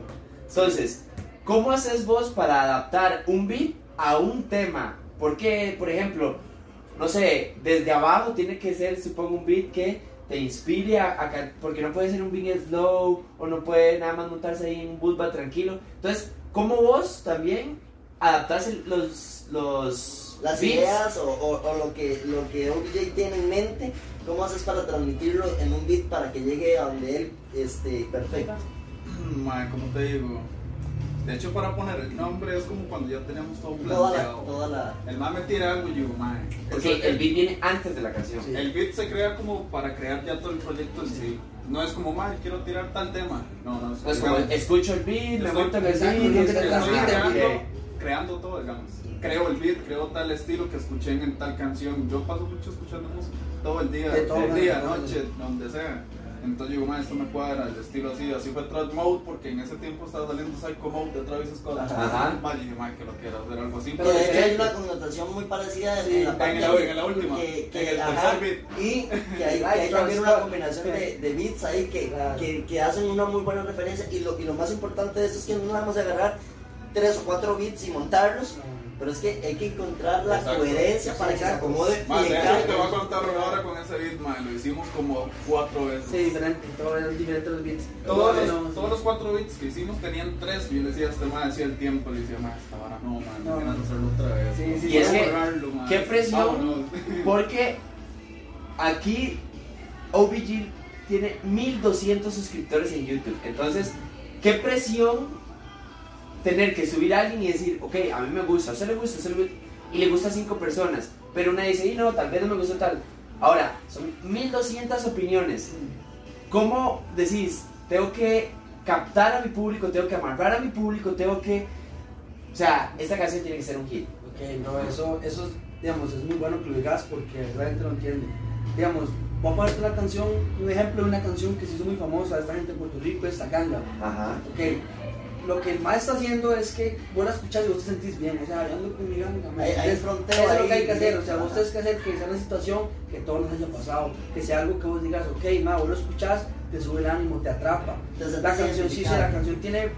[SPEAKER 4] Entonces, ¿cómo haces vos para adaptar un beat a un tema? Porque, por ejemplo, no sé, desde abajo tiene que ser, supongo, un beat que te inspire a, a can- porque no puede ser un beat slow o no puede nada más montarse ahí en un bootba tranquilo. Entonces, ¿cómo vos también adaptarse los los
[SPEAKER 1] Las
[SPEAKER 4] beats?
[SPEAKER 1] ideas o, o- o lo, que, lo que un DJ tiene en mente, ¿cómo haces para transmitirlo en un beat para que llegue a donde él esté perfecto?
[SPEAKER 2] Mm, Mae, ¿cómo te digo? De hecho, para poner el nombre es como cuando ya tenemos todo
[SPEAKER 1] Toda la,
[SPEAKER 2] planteado.
[SPEAKER 1] toda la,
[SPEAKER 2] El mae me tira algo y yo, mae.
[SPEAKER 4] Porque
[SPEAKER 2] eso-
[SPEAKER 4] el beat viene antes de la canción.
[SPEAKER 3] Sí.
[SPEAKER 2] El beat se crea como para crear ya todo el proyecto en sí. No es como, mae, quiero tirar tal tema. No, no, es
[SPEAKER 4] No es Pues como,
[SPEAKER 2] digamos,
[SPEAKER 4] escucho el beat,
[SPEAKER 2] yo
[SPEAKER 4] me
[SPEAKER 2] estoy-
[SPEAKER 4] monto en el
[SPEAKER 3] exacto,
[SPEAKER 4] beat,
[SPEAKER 3] yo
[SPEAKER 4] es-
[SPEAKER 3] estoy-
[SPEAKER 4] es-
[SPEAKER 3] estoy
[SPEAKER 4] ah,
[SPEAKER 2] creando,
[SPEAKER 4] ok.
[SPEAKER 2] creando todo, digamos. Creo el beat, creo tal estilo que escuché en tal canción. Yo paso mucho escuchando música todo el día,
[SPEAKER 3] De todo,
[SPEAKER 2] el
[SPEAKER 3] de
[SPEAKER 2] día,
[SPEAKER 3] todo.
[SPEAKER 2] noche, donde sea. Entonces digo, ma, esto me cuadra, el estilo así, así fue Trap Mode, porque en ese tiempo estaba saliendo Psycho Mode de Travis Scott.
[SPEAKER 4] Ajá.
[SPEAKER 2] Ma, yo dije, ma, que lo quiero hacer algo así.
[SPEAKER 1] Pero de hecho hay
[SPEAKER 2] diferente.
[SPEAKER 1] una connotación muy parecida
[SPEAKER 3] Sí,
[SPEAKER 1] en la
[SPEAKER 2] en
[SPEAKER 1] parte
[SPEAKER 2] la-
[SPEAKER 1] de-
[SPEAKER 2] en la última,
[SPEAKER 1] que, que-
[SPEAKER 2] en el
[SPEAKER 1] ajá,
[SPEAKER 2] tercer
[SPEAKER 1] y que hay, que hay también una combinación de, de beats ahí que,
[SPEAKER 3] Claro.
[SPEAKER 1] que, que hacen una muy buena referencia y lo, y lo más importante de esto es que no vamos a agarrar tres o cuatro beats y montarlos, pero es que hay que encontrar la
[SPEAKER 2] Exacto.
[SPEAKER 1] coherencia para que se
[SPEAKER 3] Exacto.
[SPEAKER 1] acomode
[SPEAKER 2] Ma,
[SPEAKER 1] y
[SPEAKER 2] de hecho, te
[SPEAKER 1] encaje.
[SPEAKER 2] voy a contar una hora con ese beat, ma, lo hicimos como cuatro veces.
[SPEAKER 3] Sí, diferente, todo es diferente los beats.
[SPEAKER 2] Todos,
[SPEAKER 3] No,
[SPEAKER 2] los,
[SPEAKER 3] no,
[SPEAKER 2] todos los cuatro beats que hicimos tenían tres. Y yo le decía a este man, decía el tiempo, le decía, man, esta vara no, man,
[SPEAKER 3] No.
[SPEAKER 2] no quiero hacerlo otra vez.
[SPEAKER 3] Sí,
[SPEAKER 2] no
[SPEAKER 3] sí,
[SPEAKER 4] Y
[SPEAKER 2] quiero
[SPEAKER 4] es que,
[SPEAKER 2] borrarlo, man".
[SPEAKER 4] qué presión.
[SPEAKER 2] Vámonos.
[SPEAKER 4] Porque aquí OBG tiene 1200 suscriptores en YouTube. Entonces, qué presión tener que subir a alguien y decir, ok, a mí me gusta, a usted le gusta, a usted le gusta, y le gusta a cinco personas. Pero una dice, y no, tal vez no me gustó tal. Ahora, son 1200 opiniones. ¿Cómo decís, tengo que captar a mi público, tengo que amarrar a mi público, tengo que. O sea, esta canción tiene que ser un hit.
[SPEAKER 3] Ok, no, eso, eso es, digamos, es muy bueno que lo digas porque la gente lo entiende. Digamos, voy a ponerte una canción, un ejemplo de una canción que se hizo muy famosa, esta gente de Puerto Rico, esta ganga.
[SPEAKER 4] Ajá.
[SPEAKER 3] Ok, lo que el más está haciendo es que vos la escuchas y vos te sentís bien. O sea, yo ando con mi ganga, mae.
[SPEAKER 1] Hay- hay
[SPEAKER 3] Es-
[SPEAKER 1] frontera
[SPEAKER 3] Eso es lo
[SPEAKER 1] ahí,
[SPEAKER 3] que hay que hacer. O sea,
[SPEAKER 1] ajá.
[SPEAKER 3] vos tenés que hacer que sea una situación que todos nos haya pasado. Que sea algo que vos digas, ok, ma, vos lo escuchás, te sube el ánimo, te atrapa.
[SPEAKER 1] Te sentís
[SPEAKER 3] La canción, sí, sí,
[SPEAKER 1] identificado.
[SPEAKER 3] la canción tiene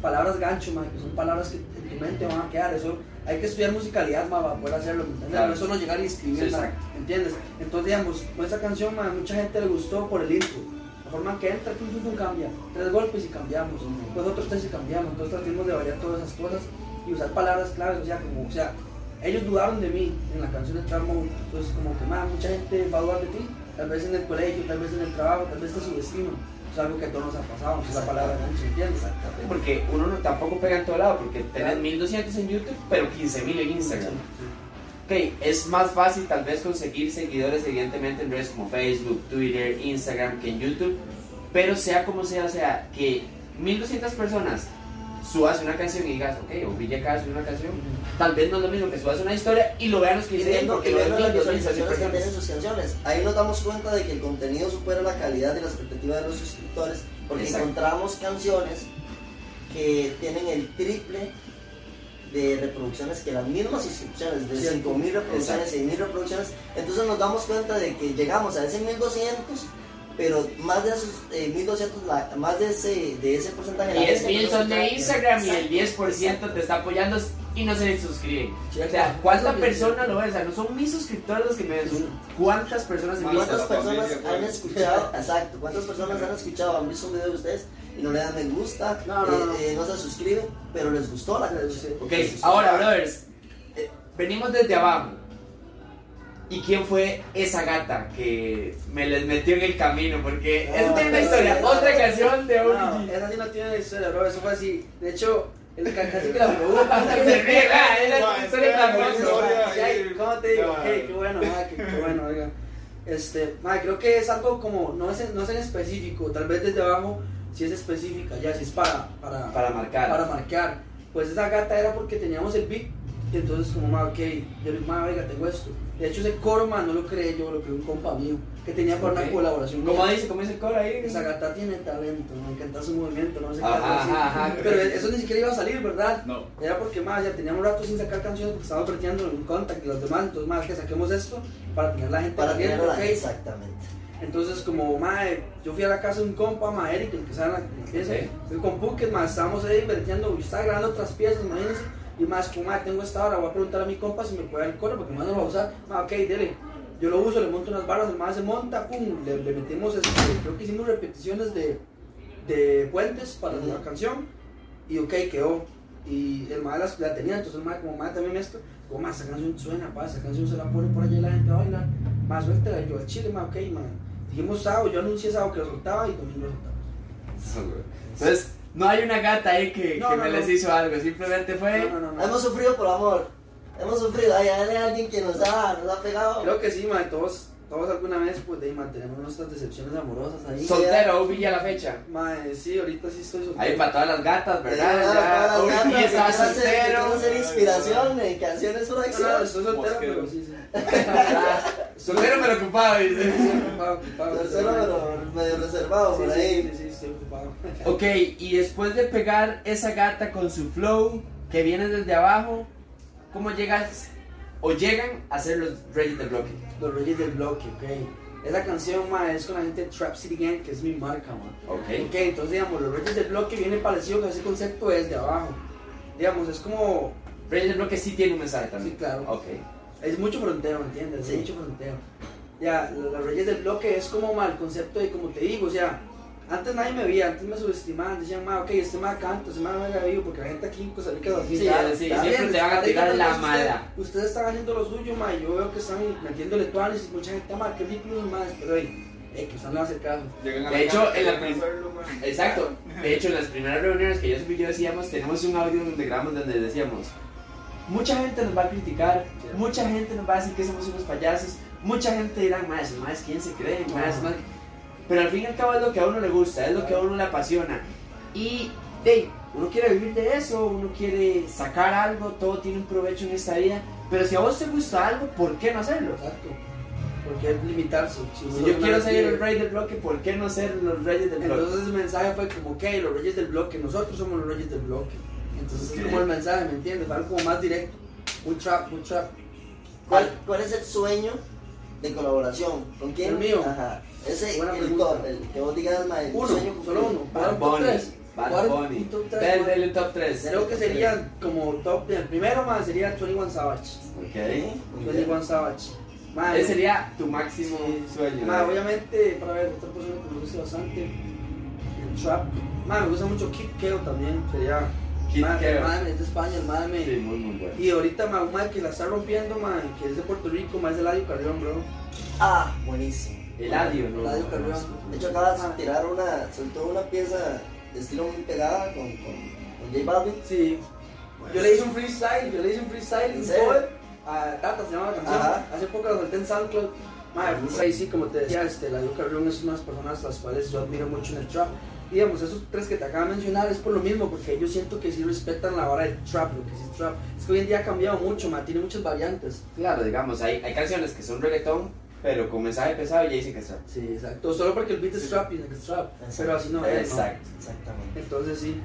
[SPEAKER 3] palabras gancho, ma, que son palabras que en tu mente van a quedar. Eso hay que estudiar musicalidad, ma, para poder hacerlo. ¿me entiendes?
[SPEAKER 4] Claro.
[SPEAKER 3] No es solo llegar y escribir,
[SPEAKER 4] Sí,
[SPEAKER 3] ma,
[SPEAKER 4] exacto.
[SPEAKER 3] ¿entiendes? Entonces, digamos, con esta canción, ma, mucha gente le gustó por el intro. La forma en que entra, pum, pum, pum, cambia. Tres golpes y cambiamos. Pues otros tres y cambiamos. Entonces tratemos de variar todas esas cosas y usar palabras claves. O sea, como, o sea, ellos dudaron de mí en la canción de Tramo. Entonces, como que, más mucha gente va a dudar de ti. Tal vez en el colegio, tal vez en el trabajo, tal vez te subestiman. Es algo que a todos nos ha pasado. Es la palabra gancho, ¿entiendes?
[SPEAKER 4] Porque uno no- tampoco pega en todo lado, porque tenés
[SPEAKER 3] Claro.
[SPEAKER 4] 1200 en YouTube, pero 15000 en Instagram.
[SPEAKER 3] Sí.
[SPEAKER 4] Ok, es más fácil tal vez conseguir seguidores evidentemente en redes como Facebook, Twitter, Instagram que en YouTube, pero sea como sea, o sea, que 1200 personas subas una canción y digas, ok, o Villa acaba de subir una canción, tal vez no es lo mismo que subas una historia y lo vean los
[SPEAKER 1] Y
[SPEAKER 4] 15 días
[SPEAKER 1] viendo,
[SPEAKER 4] porque
[SPEAKER 1] y
[SPEAKER 4] lo ven
[SPEAKER 1] viendo las
[SPEAKER 4] 1000, 2000
[SPEAKER 1] visualizaciones que
[SPEAKER 4] personas.
[SPEAKER 1] tienen sus canciones, ahí nos damos cuenta de que el contenido supera la calidad y la expectativa de los suscriptores, porque
[SPEAKER 4] Exacto.
[SPEAKER 1] encontramos canciones que tienen el triple de reproducciones que las mismas suscripciones, de
[SPEAKER 3] Cierto.
[SPEAKER 1] 5.000 reproducciones,
[SPEAKER 4] Exacto.
[SPEAKER 1] 6.000 reproducciones, entonces nos damos cuenta de que llegamos a ese 1.200, pero más de esos eh, 1.200, la- más de ese, de ese porcentaje... de la
[SPEAKER 4] 10
[SPEAKER 1] gente que
[SPEAKER 4] mil
[SPEAKER 1] no
[SPEAKER 4] son de
[SPEAKER 1] está-
[SPEAKER 4] Instagram y el
[SPEAKER 1] Exacto.
[SPEAKER 4] 10% te está apoyando y no se suscriben.
[SPEAKER 1] Sí,
[SPEAKER 4] O sea,
[SPEAKER 1] exacto.
[SPEAKER 4] ¿cuántas personas lo ven? O sea, no son mis suscriptores los que me ven, son cuántas personas en
[SPEAKER 2] ¿Cuántas?
[SPEAKER 4] vistas.
[SPEAKER 1] ¿Cuántas
[SPEAKER 2] La familia,
[SPEAKER 1] personas
[SPEAKER 2] güey.
[SPEAKER 1] han escuchado? Exacto, ¿cuántas personas han escuchado, han visto un video de ustedes y no le dan me gusta,
[SPEAKER 3] No, no,
[SPEAKER 1] eh,
[SPEAKER 3] no.
[SPEAKER 1] eh, no se suscriben, pero les gustó la canción?
[SPEAKER 4] Ok, ahora, brothers, eh, venimos desde abajo. ¿Y quién fue esa gata que me les metió en el camino? Porque
[SPEAKER 1] No,
[SPEAKER 4] esa tiene una
[SPEAKER 1] no,
[SPEAKER 4] historia,
[SPEAKER 1] no,
[SPEAKER 4] otra
[SPEAKER 1] no,
[SPEAKER 4] canción
[SPEAKER 3] No,
[SPEAKER 4] de Origi.
[SPEAKER 3] esa sí no tiene historia, bro. Eso fue así. De hecho, el ca- casi que la pregunta.
[SPEAKER 4] Ah, Se pega, es la
[SPEAKER 2] No,
[SPEAKER 4] historia
[SPEAKER 2] espera,
[SPEAKER 3] Bueno,
[SPEAKER 4] famosa.
[SPEAKER 2] no, no,
[SPEAKER 3] ma, ya, ¿Cómo te digo?
[SPEAKER 2] Ya.
[SPEAKER 3] Hey, qué bueno, ma, qué, qué bueno, oiga. Este, ma, creo que es algo como, no es, en- no es en específico, tal vez desde abajo si es específica, ya si es para, para,
[SPEAKER 4] Para marcar.
[SPEAKER 3] para marcar. Pues esa gata era porque teníamos el beat, y entonces como, ma, ok, yo le digo, ma, oiga, tengo esto. De hecho ese coro, ma, no lo creé yo, lo creé un compa mío, que tenía para
[SPEAKER 4] Ok.
[SPEAKER 3] una colaboración.
[SPEAKER 4] ¿Cómo
[SPEAKER 3] mía.
[SPEAKER 4] dice, cómo dice el coro ahí?
[SPEAKER 3] Esa gata tiene talento, me encanta su movimiento, no sé qué.
[SPEAKER 4] Ajá,
[SPEAKER 3] algo así.
[SPEAKER 4] ajá, ajá.
[SPEAKER 3] Pero eso ni siquiera iba a salir, ¿verdad?
[SPEAKER 2] No.
[SPEAKER 3] Era porque más, ya teníamos rato sin sacar canciones porque estábamos perdiendo en contact y los demás, entonces más que saquemos esto para tener la gente
[SPEAKER 1] Para
[SPEAKER 3] caliente,
[SPEAKER 1] tenerla,
[SPEAKER 3] ok.
[SPEAKER 1] exactamente.
[SPEAKER 3] Entonces como mae, yo fui a la casa de un compa, mae Eric, el que sabe la la pieza,
[SPEAKER 4] Ok.
[SPEAKER 3] fui con Puket, mae, estábamos ahí vertiendo, yo estaba grabando otras piezas, imagínense, y más como mae, tengo esta hora, voy a preguntar a mi compa si me puede dar el coro porque más no lo va a usar, mae, ok, dele. Yo lo uso, le monto unas barras, el mae se monta, pum, le, le metimos, este, creo que hicimos repeticiones de, de puentes para
[SPEAKER 1] Ujú.
[SPEAKER 3] la canción y ok, quedó. Y el mae las- la, tenía, entonces el mae como mae también esto, como mae, esa canción suena, pa, esa canción se la pone por allá y la gente va a bailar, más suéltela, y yo al chile, mae, ok, mae. Dijimos sábado, yo anuncié sábado que lo soltaba y domingo lo soltaba.
[SPEAKER 4] Entonces, no hay una gata ahí que,
[SPEAKER 3] No,
[SPEAKER 4] que
[SPEAKER 3] no,
[SPEAKER 4] me
[SPEAKER 3] no.
[SPEAKER 4] les hizo algo, simplemente fue...
[SPEAKER 3] No, no, no, no.
[SPEAKER 1] Hemos sufrido por amor, hemos sufrido, hay, hay alguien que nos ha, nos ha pegado.
[SPEAKER 3] Creo que sí, mae, todos, todos alguna vez, pues, de ahí mantenemos nuestras decepciones amorosas ahí.
[SPEAKER 1] So-
[SPEAKER 4] Soltero, Ubi ya la fecha.
[SPEAKER 3] Mae, sí, ahorita sí estoy soltero.
[SPEAKER 4] Ahí para todas las gatas,
[SPEAKER 1] Eh,
[SPEAKER 4] ¿verdad?
[SPEAKER 1] para
[SPEAKER 4] Ya,
[SPEAKER 1] las
[SPEAKER 4] Ubi está
[SPEAKER 1] gatas, que quieren ser- que
[SPEAKER 4] soltero.
[SPEAKER 1] quieren ser inspiración eh, en canciones por
[SPEAKER 3] No, no, estoy soltero,
[SPEAKER 2] Mosquero.
[SPEAKER 3] pero sí, sí.
[SPEAKER 4] Soltero pero ocupado, dice.
[SPEAKER 3] Sí, ocupado, ocupado.
[SPEAKER 1] pero eh, medio reservado
[SPEAKER 3] Sí,
[SPEAKER 1] por
[SPEAKER 3] sí,
[SPEAKER 1] ahí.
[SPEAKER 3] sí, sí, estoy ocupado.
[SPEAKER 4] Ok, y después de pegar esa gata con su flow que viene desde abajo, ¿cómo llegas o llegan a ser los Reyes del Bloque?
[SPEAKER 3] Los Reyes del Bloque, ok. Esa canción, ma, es con la gente de Trap City Gang, que es mi marca, ma.
[SPEAKER 4] Ok.
[SPEAKER 3] Ok, entonces, digamos, Los Reyes del Bloque viene parecido con ese concepto desde abajo. Digamos, es como...
[SPEAKER 4] Reyes del Bloque sí tiene un mensaje también.
[SPEAKER 3] Sí, claro.
[SPEAKER 4] Ok.
[SPEAKER 3] Es mucho fronteo, ¿entiendes?
[SPEAKER 1] Sí.
[SPEAKER 3] Es mucho fronteo. Ya, Los Reyes del Bloque es como, ma, el concepto de, como te digo, o sea... Antes nadie me veía, antes me subestimaban, decían, ma, ok, este ma canta, este ma me vivo, porque la gente aquí pues, en Costa Rica es así.
[SPEAKER 4] Sí,
[SPEAKER 3] ya,
[SPEAKER 4] sí,
[SPEAKER 3] ya.
[SPEAKER 4] siempre te van a tirar
[SPEAKER 3] Ahí,
[SPEAKER 4] la
[SPEAKER 3] entonces,
[SPEAKER 4] mala.
[SPEAKER 3] Ustedes, ustedes están haciendo lo suyo, ma, y yo veo que están metiéndole tuanes y mucha gente, ma, qué ridículos, ma, pero, hey, hey, que usted no va a hacer caso.
[SPEAKER 2] Llegan a
[SPEAKER 4] De
[SPEAKER 2] la
[SPEAKER 4] hecho,
[SPEAKER 2] casa,
[SPEAKER 4] en la
[SPEAKER 2] llegan a
[SPEAKER 4] prim-
[SPEAKER 2] hacerlo, man.
[SPEAKER 4] Exacto. De hecho, en las primeras reuniones que yo subí, yo decíamos, tenemos un audio donde grabamos donde decíamos, mucha gente nos va a criticar,
[SPEAKER 3] Sí.
[SPEAKER 4] mucha gente nos va a decir que somos unos payasos, mucha gente dirá, más, más, ¿quién se cree? Más,
[SPEAKER 3] Ajá.
[SPEAKER 4] más. Pero al fin y al cabo es lo que a uno le gusta, es lo que a uno le apasiona. Y, hey, uno quiere vivir de eso, uno quiere sacar algo, todo tiene un provecho en esta vida. Pero si a vos te gusta algo, ¿por qué no hacerlo?
[SPEAKER 3] Exacto. porque es limitarse. Si
[SPEAKER 4] Si
[SPEAKER 3] uno
[SPEAKER 4] yo
[SPEAKER 3] no
[SPEAKER 4] quiero
[SPEAKER 3] lo
[SPEAKER 4] ser
[SPEAKER 3] quiere.
[SPEAKER 4] el rey del bloque, ¿por qué no ser los reyes del bloque?
[SPEAKER 3] Entonces el mensaje fue como, ok, los reyes del bloque, nosotros somos los reyes del bloque. Entonces
[SPEAKER 2] Ok.
[SPEAKER 3] es como el mensaje, ¿me entiendes? Fue algo como más directo. Muy trap, muy trap.
[SPEAKER 1] ¿Cuál, cuál es el sueño de colaboración? ¿Con quién?
[SPEAKER 3] El mío.
[SPEAKER 1] Ajá. Ese,
[SPEAKER 3] Buena
[SPEAKER 1] el
[SPEAKER 3] pregunta.
[SPEAKER 1] top, el que vos digas, mae, el
[SPEAKER 3] Uno,
[SPEAKER 1] sueño cumplido.
[SPEAKER 3] solo uno.
[SPEAKER 4] Bad
[SPEAKER 3] Top
[SPEAKER 4] Bunny.
[SPEAKER 3] tres.
[SPEAKER 4] Bad
[SPEAKER 3] ¿Cuál
[SPEAKER 4] Bunny.
[SPEAKER 3] top tres,
[SPEAKER 4] Del,
[SPEAKER 3] man?
[SPEAKER 4] del top 3.
[SPEAKER 3] Creo que sería como top, el primero más sería 21 Savage.
[SPEAKER 4] Ok.
[SPEAKER 1] Muy bien.
[SPEAKER 3] 21 Savage. Madre,
[SPEAKER 4] Ese sería tu máximo
[SPEAKER 3] Sí.
[SPEAKER 4] sueño. eh.
[SPEAKER 3] Madre,
[SPEAKER 4] ¿no?
[SPEAKER 3] obviamente, para ver, otra persona que me gusta bastante, el trap. Madre, me gusta mucho Kid Keo también, sería...
[SPEAKER 4] Kid
[SPEAKER 3] madre,
[SPEAKER 4] Keo.
[SPEAKER 3] el madre es de España, el madre me-
[SPEAKER 4] Sí, muy, muy bueno.
[SPEAKER 3] Y ahorita, ma, un madre que la está rompiendo, madre, que es de Puerto Rico, más es de Eladio Carrión, bro.
[SPEAKER 1] Ah, buenísimo.
[SPEAKER 4] Eladio, ¿no?
[SPEAKER 3] Eladio
[SPEAKER 4] No,
[SPEAKER 3] Carrión.
[SPEAKER 4] no,
[SPEAKER 1] De hecho, acabas de tirar una, soltó una pieza de estilo muy pegada con, con, con J Balvin.
[SPEAKER 3] Sí. Yo le hice un freestyle, yo le hice un freestyle,
[SPEAKER 1] ¿En
[SPEAKER 3] un
[SPEAKER 1] serio?
[SPEAKER 3] cover a Tata, se llama la canción.
[SPEAKER 1] Ajá. Ah,
[SPEAKER 3] Hace poco la solté en SoundCloud. Madre, pues, ahí sí, como te decía, este, Eladio Carrión es unas personas las cuales yo admiro mucho en el trap. Y, Digamos, esos tres que te acabo de mencionar es por lo mismo, porque yo siento que sí respetan la hora del trap, lo que sí es trap. Es que hoy en día ha cambiado mucho, ma, tiene muchas variantes.
[SPEAKER 4] Claro, digamos, hay, hay canciones que son reggaetón, pero con mensaje pesado y ya dicen que es rap.
[SPEAKER 3] Sí, exacto. Solo porque el beat es trap y no es trap. Pero así no es. ¿no?
[SPEAKER 4] Exacto.
[SPEAKER 1] Exactamente.
[SPEAKER 3] Entonces sí,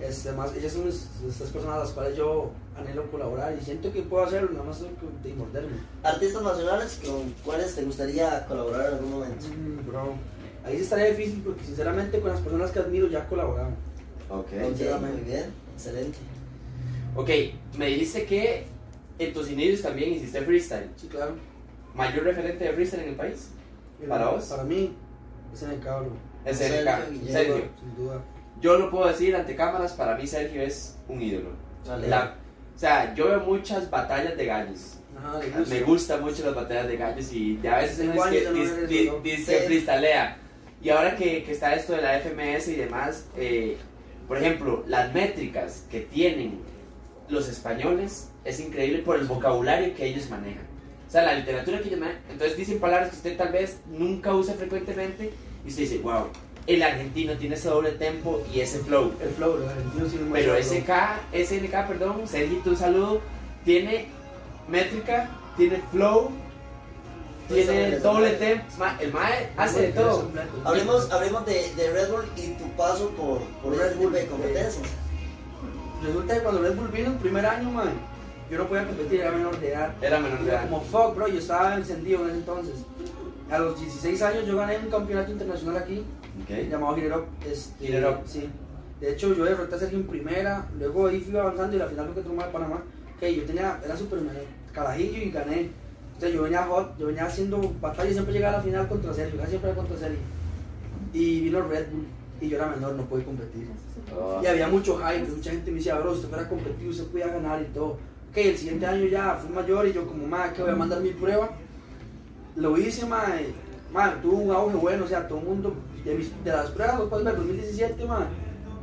[SPEAKER 3] este, más, ellas son es- estas personas a las cuales yo anhelo colaborar y siento que puedo hacerlo, nada más tengo que- de morderme.
[SPEAKER 1] Artistas nacionales con cuáles te gustaría colaborar en algún momento.
[SPEAKER 3] Bro. Ahí sí estaría difícil porque sinceramente con las personas que admiro ya colaboramos.
[SPEAKER 4] Ok.
[SPEAKER 1] Ok, muy bien, excelente.
[SPEAKER 4] Ok, me dijiste que en tus inicios también hiciste freestyle.
[SPEAKER 3] Sí, claro.
[SPEAKER 4] ¿Mayor referente de freestyle en el país? ¿Para vos?
[SPEAKER 3] Para mí, es en el cabro.
[SPEAKER 4] Es
[SPEAKER 1] Sergio
[SPEAKER 4] Sergio.
[SPEAKER 1] Guillermo.
[SPEAKER 4] Sergio.
[SPEAKER 3] Sin duda.
[SPEAKER 4] Yo lo puedo decir ante cámaras, para mí Sergio es un ídolo.
[SPEAKER 1] Vale.
[SPEAKER 4] La- o sea, yo veo muchas batallas de gallos.
[SPEAKER 3] Ajá, le gusta.
[SPEAKER 4] Ah, Me gustan mucho las batallas de gallos y de a veces uno
[SPEAKER 3] Igual
[SPEAKER 4] dice,
[SPEAKER 3] yo no
[SPEAKER 4] dice,
[SPEAKER 3] veo
[SPEAKER 4] di-
[SPEAKER 3] eso, ¿no?
[SPEAKER 4] dice
[SPEAKER 1] Sí.
[SPEAKER 4] freestalea. Y ahora que, que está esto de la FMS y demás, eh, por ejemplo, las métricas que tienen los españoles es increíble por el vocabulario que ellos manejan. O sea, la literatura que ellos manejan. Entonces dicen palabras que usted tal vez nunca usa frecuentemente y usted dice, wow, el argentino tiene ese doble tempo y ese flow.
[SPEAKER 3] El flow, el argentino sí me
[SPEAKER 4] Pero
[SPEAKER 3] muestra el flow.
[SPEAKER 4] SK, SNK, perdón, Sergito, un saludo. Tiene métrica, tiene flow, tiene
[SPEAKER 1] Pues,
[SPEAKER 4] doble
[SPEAKER 1] eh,
[SPEAKER 4] tempo. ma- El MAE hace
[SPEAKER 3] Bueno,
[SPEAKER 4] de
[SPEAKER 3] es
[SPEAKER 4] todo.
[SPEAKER 3] un plato.
[SPEAKER 1] Hablemos, hablemos de, de Red Bull y tu paso por, por
[SPEAKER 3] Red
[SPEAKER 1] este tipo
[SPEAKER 3] Bull,
[SPEAKER 1] de competencias.
[SPEAKER 3] Resulta que cuando Red Bull vino el primer año, man, yo no podía competir, era menor de edad.
[SPEAKER 4] Era menor de
[SPEAKER 3] Era
[SPEAKER 4] edad.
[SPEAKER 3] como fuck, bro, yo estaba encendido en ese entonces. A los 16 años yo gané un campeonato internacional aquí,
[SPEAKER 4] Ok.
[SPEAKER 3] llamado Hit It Up. Este,
[SPEAKER 4] Hit It Up.
[SPEAKER 3] Sí. De hecho, yo derroté a Sergio en primera, luego ahí fui avanzando y la final fue contra de Panamá. Que yo tenía, era súper menor, carajillo y gané. Entonces yo venía hot, yo venía haciendo batalla y siempre llegaba a la final contra Sergio, casi siempre era contra Sergio. Y vino Red Bull y yo era menor, no pude competir.
[SPEAKER 4] Oh,
[SPEAKER 3] Y había mucho hype, mucha gente me decía, bro, usted fuera competido, usted podía ganar y todo. Ok, el siguiente año ya fui mayor y yo como, ma, que voy a mandar mi prueba. Lo hice, ma, eh, ma, tuvo un auge bueno, o sea, todo el mundo, de, mis- de las pruebas, después del 2017, ma,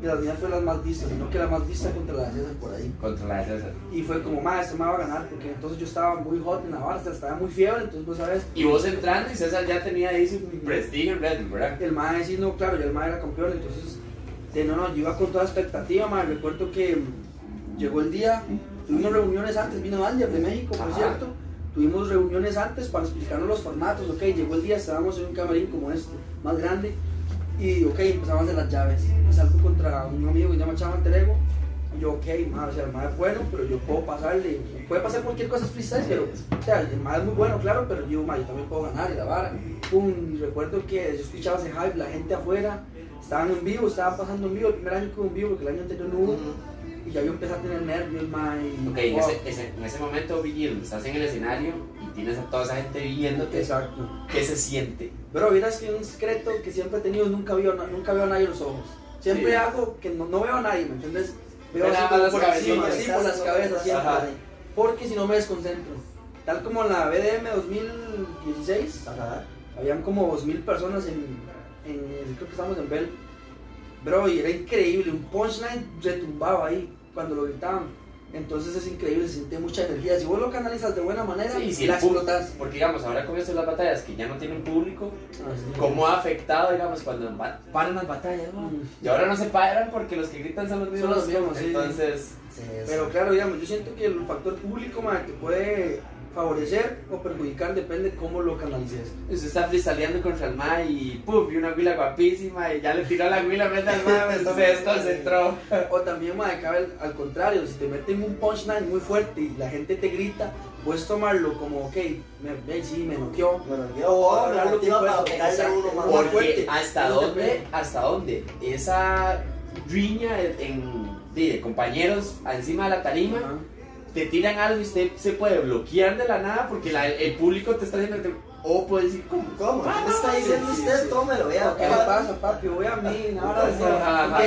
[SPEAKER 3] de las mías fue las más vistas, sino que la más vista contra las de César por ahí.
[SPEAKER 4] Contra la de César.
[SPEAKER 3] Y fue como, ma, esto me va a ganar, porque entonces yo estaba muy hot en la barra, o sea, estaba muy fiebre, entonces vos sabes,
[SPEAKER 4] Y vos entrando y César ya tenía ahí su prestigio en Red Bull, ¿verdad?
[SPEAKER 3] El mae sí, no, claro, ya el mae era campeón, entonces, de no, no, yo iba con toda expectativa, mae. Recuerdo que mm, llegó el día, tuvimos reuniones antes, vino Andy de México, por
[SPEAKER 4] Ajá.
[SPEAKER 3] cierto. Tuvimos reuniones antes para explicarnos los formatos, ok, llegó el día, estábamos en un camarín como este, más grande, y ok, empezamos a hacer las llaves. Salgo contra un amigo que se llama Chama Terego, y yo, ok, mae, o sea, el mae es bueno, pero yo puedo pasarle, puede pasar cualquier cosa es freestyle, pero, o sea, el mae es muy bueno, claro, pero yo, mae, yo también puedo ganar y la vara. Pum, y recuerdo que yo escuchaba ese hype, la gente afuera, estaban en vivo, estaban pasando en vivo, el primer año que hubo en vivo, porque el año anterior no hubo, y ya yo empecé a tener nervios, mae. y-
[SPEAKER 4] Ok, en
[SPEAKER 3] wow.
[SPEAKER 4] ese, ese- en ese momento, Vigil, estás en el escenario y tienes a toda esa gente viéndote.
[SPEAKER 3] Exacto.
[SPEAKER 4] ¿Qué se siente?
[SPEAKER 3] Pero vieras que un secreto que siempre he tenido, nunca veo, a na- nunca veo a nadie a los ojos. Siempre
[SPEAKER 4] Sí.
[SPEAKER 3] hago que no, no veo a nadie, ¿me entiendes? Veo
[SPEAKER 4] Ve nada
[SPEAKER 3] así como
[SPEAKER 4] más
[SPEAKER 3] por
[SPEAKER 4] las
[SPEAKER 3] encima,
[SPEAKER 4] cabecitas,
[SPEAKER 3] así por las cabezas siempre.
[SPEAKER 4] Ajá.
[SPEAKER 3] Porque si no me desconcentro. Tal como en la BDM 2016,
[SPEAKER 1] Ajá.
[SPEAKER 3] Habían como 2.000 personas en, en el- creo que estábamos en Bell. Bro, y era increíble, un punchline retumbaba ahí cuando lo gritaban. Entonces es increíble, se siente mucha energía. Si vos lo canalizas de buena manera,
[SPEAKER 4] Sí, y si
[SPEAKER 3] la
[SPEAKER 4] el público-
[SPEAKER 3] explotas.
[SPEAKER 4] Porque, digamos, ahora con esto de las batallas que ya no tienen público,
[SPEAKER 3] Como
[SPEAKER 4] ¿Cómo ha afectado, digamos, cuando ba- paran las batallas? ¿no?
[SPEAKER 3] Mm.
[SPEAKER 4] Y ahora no se paran porque los que gritan son los mismos.
[SPEAKER 3] los mismos, sí.
[SPEAKER 4] Entonces,
[SPEAKER 1] Sí,
[SPEAKER 3] Pero
[SPEAKER 1] eso.
[SPEAKER 3] claro, digamos, yo siento que el factor público, man, te puede favorecer o perjudicar, depende cómo lo canalices.
[SPEAKER 4] Usted está freestyleando pues, contra el ma y ¡puf! Y una huila guapísima y ya le tiró la huila frente al ma, pues, entonces se desconcentró.
[SPEAKER 3] O también, mae, cabe al, al contrario, si te meten un punchline muy fuerte y la gente te grita, puedes tomarlo como, ok, me, me, sí, me noqueó.
[SPEAKER 1] Bueno, yo voy a hablar lo que iba para pegarle a uno más.
[SPEAKER 3] Muy
[SPEAKER 4] Porque
[SPEAKER 3] fuerte.
[SPEAKER 4] hasta
[SPEAKER 3] Eso
[SPEAKER 4] dónde,
[SPEAKER 3] depende.
[SPEAKER 4] hasta dónde, esa riña en, en- de, de compañeros encima de la tarima,
[SPEAKER 3] Ajá.
[SPEAKER 4] te tiran algo y usted se puede bloquear de la nada porque la- el público te está diciendo, o puede decir, ¿cómo?
[SPEAKER 1] ¿Cómo? ¿Qué me está diciendo
[SPEAKER 3] sí,
[SPEAKER 1] usted?
[SPEAKER 3] sí.
[SPEAKER 1] Tómelo, vea.
[SPEAKER 3] ¿Qué le pasa, papi? Voy a mí, ahora sí.
[SPEAKER 4] Ajá, ajá.
[SPEAKER 3] Ok.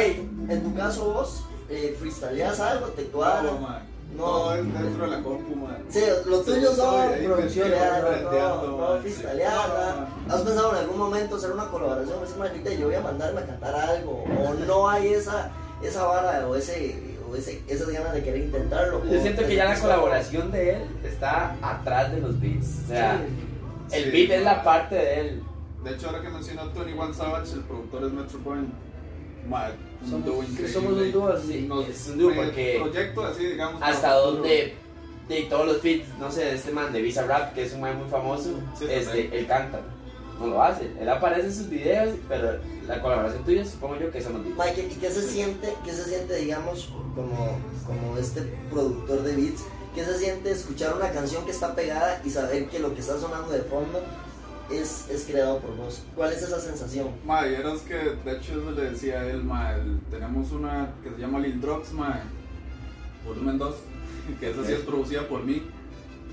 [SPEAKER 1] En tu caso vos, eh, freestyleas algo, te
[SPEAKER 2] Claro,
[SPEAKER 1] cuadra.
[SPEAKER 2] mae.
[SPEAKER 1] No.
[SPEAKER 2] Todo dentro de la compu, mae.
[SPEAKER 1] Sí, lo tuyo son
[SPEAKER 2] Ahí
[SPEAKER 1] producciones,
[SPEAKER 2] metido,
[SPEAKER 1] no,
[SPEAKER 2] breteando,
[SPEAKER 1] no,
[SPEAKER 2] sí.
[SPEAKER 1] freestyleada. ¿Has pensado en algún momento hacer una colaboración? Decir, "Madre, yo voy a mandarme a cantar algo. O no hay esa, esa vara o, ese, o ese, esas ganas de querer intentarlo.
[SPEAKER 4] Yo
[SPEAKER 1] o-
[SPEAKER 4] siento que ya la
[SPEAKER 1] es-
[SPEAKER 4] colaboración de él está atrás de los beats. O sea, el
[SPEAKER 2] Sí.
[SPEAKER 4] beat es la parte de él.
[SPEAKER 2] De hecho, ahora que mencionó Tony One Savage, el productor es Metro Point. Mae, un dúo
[SPEAKER 3] Somos,
[SPEAKER 2] increíble.
[SPEAKER 3] somos un dúo así.
[SPEAKER 4] Sí,
[SPEAKER 2] Nos-
[SPEAKER 4] es un dúo
[SPEAKER 2] eh,
[SPEAKER 4] porque
[SPEAKER 2] Proyecto así, digamos.
[SPEAKER 4] hasta
[SPEAKER 2] para futuro.
[SPEAKER 4] donde de todos los feats, no sé, de este man de Visa Rap, que es un man muy famoso,
[SPEAKER 2] Sí, también.
[SPEAKER 4] este, él canta. No lo hace, él aparece en sus videos, pero la colaboración tuya supongo yo que son los beats.
[SPEAKER 1] Mike, ¿y qué se siente, qué se siente, digamos, como, como este productor de beats? ¿Qué se siente escuchar una canción que está pegada y saber que lo que está sonando de fondo es, es creado por vos? ¿Cuál es esa sensación?
[SPEAKER 2] Ma, vieras que de hecho eso le decía a él, ma, el- tenemos una que se llama Lil Drops, ma, volumen 2, que esa sí es producida por mí.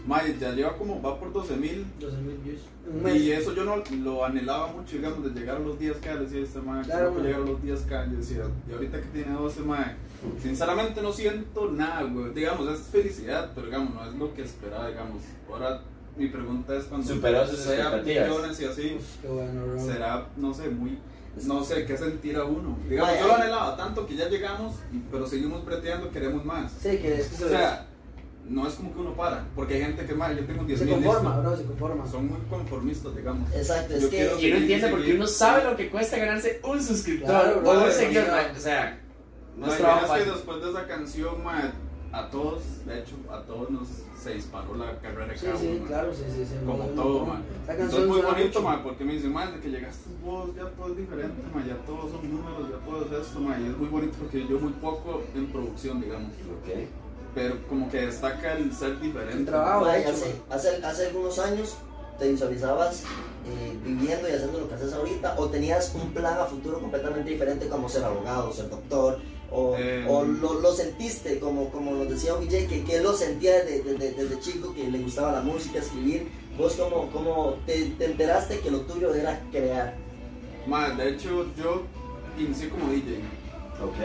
[SPEAKER 2] Ma, y ya lleva como, va por 12 mil.
[SPEAKER 3] 12.000 views. Un mes.
[SPEAKER 2] Y eso yo no lo anhelaba mucho, digamos, de llegar a los 10k, decía este ma, que
[SPEAKER 3] Claro,
[SPEAKER 2] loco
[SPEAKER 3] ma.
[SPEAKER 2] llegar a los 10k, yo decía, y ahorita que tiene 12, ma, sinceramente no siento nada, güey, digamos, es felicidad, pero digamos, no es lo que esperaba, digamos. Ahora mi pregunta es cuando
[SPEAKER 4] Superó sus
[SPEAKER 2] sea
[SPEAKER 4] expectativas.
[SPEAKER 2] millones y así,
[SPEAKER 3] Qué bueno, bro.
[SPEAKER 2] será, no sé, muy, no sé qué sentir a uno. Digamos, yo lo anhelaba tanto que ya llegamos, y- pero seguimos breteando, queremos más.
[SPEAKER 3] Sí, que es que se,
[SPEAKER 2] O sea, no es como que uno para, porque hay gente que más, yo tengo 10
[SPEAKER 3] se conforma, Eh, bro, se conforma.
[SPEAKER 2] Son muy conformistas, digamos.
[SPEAKER 1] Exacto, es
[SPEAKER 2] Yo
[SPEAKER 1] que...
[SPEAKER 2] quiero-
[SPEAKER 4] Y uno entiende porque
[SPEAKER 2] Seguir.
[SPEAKER 4] uno sabe lo que cuesta ganarse un
[SPEAKER 3] Claro,
[SPEAKER 4] suscriptor
[SPEAKER 3] claro,
[SPEAKER 4] o un seguidor.
[SPEAKER 3] claro.
[SPEAKER 4] O sea, no
[SPEAKER 2] No,
[SPEAKER 4] es
[SPEAKER 2] y
[SPEAKER 4] trabajo
[SPEAKER 2] vieras que
[SPEAKER 4] fácil.
[SPEAKER 2] después de esa canción, ma, a todos, de hecho, a todos nos se disparó la carrera de
[SPEAKER 3] Sí,
[SPEAKER 2] cada
[SPEAKER 3] sí,
[SPEAKER 2] uno,
[SPEAKER 3] claro, sí, sí, sí.
[SPEAKER 2] Como
[SPEAKER 3] no, no,
[SPEAKER 2] todo,
[SPEAKER 3] no.
[SPEAKER 2] man.
[SPEAKER 3] Esa
[SPEAKER 2] Entonces
[SPEAKER 3] canción
[SPEAKER 2] muy
[SPEAKER 3] suena
[SPEAKER 2] bonito,
[SPEAKER 3] mucho.
[SPEAKER 2] man, porque me dicen, man, desde que llegaste vos, ya todo es diferente, man, ya todos son números, ya todo es esto, man, y es muy bonito porque yo muy poco en producción, digamos,
[SPEAKER 4] Ok.
[SPEAKER 2] pero como que destaca el ser diferente.
[SPEAKER 3] El trabajo.
[SPEAKER 1] Mae,
[SPEAKER 3] hecho,
[SPEAKER 1] hace, hace, hace algunos años te visualizabas eh, viviendo y haciendo lo que haces ahorita o tenías un plan a futuro completamente diferente como ser abogado, ser doctor o,
[SPEAKER 2] Eh,
[SPEAKER 1] o lo, lo sentiste como, como nos decía OBJ que, que él lo sentía desde, desde- desde chico que le gustaba la música, escribir vos como, como te, te enteraste que lo tuyo era crear
[SPEAKER 2] Man, de hecho, yo inicié como DJ
[SPEAKER 4] Ok.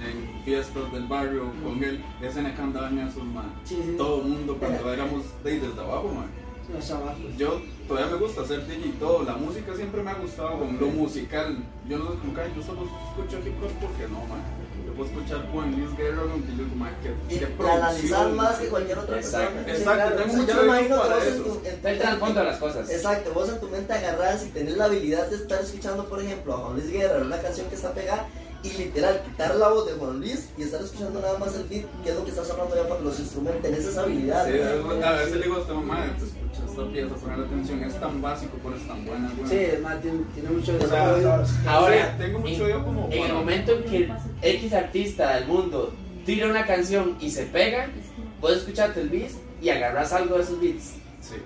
[SPEAKER 2] en fiestas del barrio con él, SNK andaba en esos, man,
[SPEAKER 3] Sí, sí.
[SPEAKER 2] todo el mundo cuando éramos de desde abajo, man.
[SPEAKER 3] No pues. es abajo.
[SPEAKER 2] Yo todavía me gusta hacer DJ y todo, la música siempre me ha gustado, con lo musical. Yo no sé cómo cae, yo solo escucho hip hop porque no, man. Yo puedo escuchar Juan Luis Guerrero, aunque yo, man,
[SPEAKER 1] y
[SPEAKER 2] que, que
[SPEAKER 1] la analizar más que cualquier otra
[SPEAKER 4] Exacto.
[SPEAKER 1] persona.
[SPEAKER 2] Exacto, tengo
[SPEAKER 1] O sea,
[SPEAKER 2] mucho
[SPEAKER 1] yo me imagino
[SPEAKER 2] tiempo
[SPEAKER 1] que
[SPEAKER 2] para
[SPEAKER 1] vos en
[SPEAKER 2] eso.
[SPEAKER 1] tu- en tu-
[SPEAKER 4] Está el trasfondo de las cosas.
[SPEAKER 1] Exacto, vos en tu mente agarrás y tenés la habilidad de estar escuchando, por ejemplo, a Juan Luis Guerra, una canción que está pegada, y literal quitar la voz de Juan Luis y estar escuchando nada más el beat, que es lo que está sonando ya para los instrumentos, tenés esa habilidad.
[SPEAKER 2] Sí,
[SPEAKER 1] ¿no?
[SPEAKER 2] a veces le digo a esta mamá, te escucha esta pieza, poner atención, es tan básico, pero es tan buena, güey.
[SPEAKER 3] Sí, es más, tiene, tiene mucho
[SPEAKER 2] Ah. O sea,
[SPEAKER 3] desarrollo.
[SPEAKER 4] Ahora,
[SPEAKER 2] tengo mucho
[SPEAKER 4] en,
[SPEAKER 2] yo como.
[SPEAKER 4] en el
[SPEAKER 2] bueno,
[SPEAKER 4] momento en que X artista del mundo tira una canción y se pega, vos escuchaste el beat y agarras algo de esos beats.
[SPEAKER 2] Sí.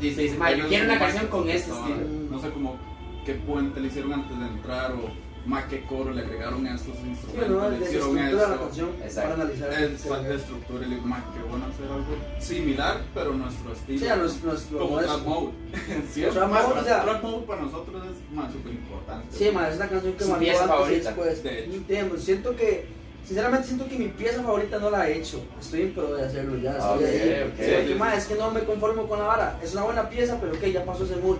[SPEAKER 4] Y te dice, "Ma, yo quiero una canción con este
[SPEAKER 2] No,
[SPEAKER 4] estilo.
[SPEAKER 2] No sé cómo qué puente le hicieron antes de entrar o más qué coro le agregaron a estos
[SPEAKER 3] Sí,
[SPEAKER 2] instrumentos,
[SPEAKER 3] ¿no?
[SPEAKER 2] le
[SPEAKER 3] Desde
[SPEAKER 2] hicieron
[SPEAKER 3] estructura de la
[SPEAKER 2] esto.
[SPEAKER 3] canción
[SPEAKER 4] Exacto.
[SPEAKER 3] para analizar.
[SPEAKER 2] El fan de estructura y le digo, más que bueno hacer algo similar, pero nuestro estilo.
[SPEAKER 3] Sí, a los, los, los
[SPEAKER 2] como
[SPEAKER 3] modestos.
[SPEAKER 2] Trap Mode. sí,
[SPEAKER 3] Trap
[SPEAKER 2] trap,
[SPEAKER 3] Mode,
[SPEAKER 2] mode,
[SPEAKER 3] o sea-
[SPEAKER 2] trap Mode para nosotros es más súper importante.
[SPEAKER 3] Sí, ma, es la canción que
[SPEAKER 4] Su
[SPEAKER 3] marcó
[SPEAKER 4] pieza
[SPEAKER 3] antes
[SPEAKER 4] favorita.
[SPEAKER 3] y después.
[SPEAKER 2] De hecho.
[SPEAKER 3] Entiendo, siento que, sinceramente siento que mi pieza favorita no la he hecho. Estoy en pro de hacerlo ya,
[SPEAKER 4] Ah,
[SPEAKER 3] estoy
[SPEAKER 4] ok,
[SPEAKER 3] ahí.
[SPEAKER 4] ok.
[SPEAKER 3] Sí, porque, ma, es que no me conformo con la vara. Es una buena pieza, pero que ya pasó ese mood.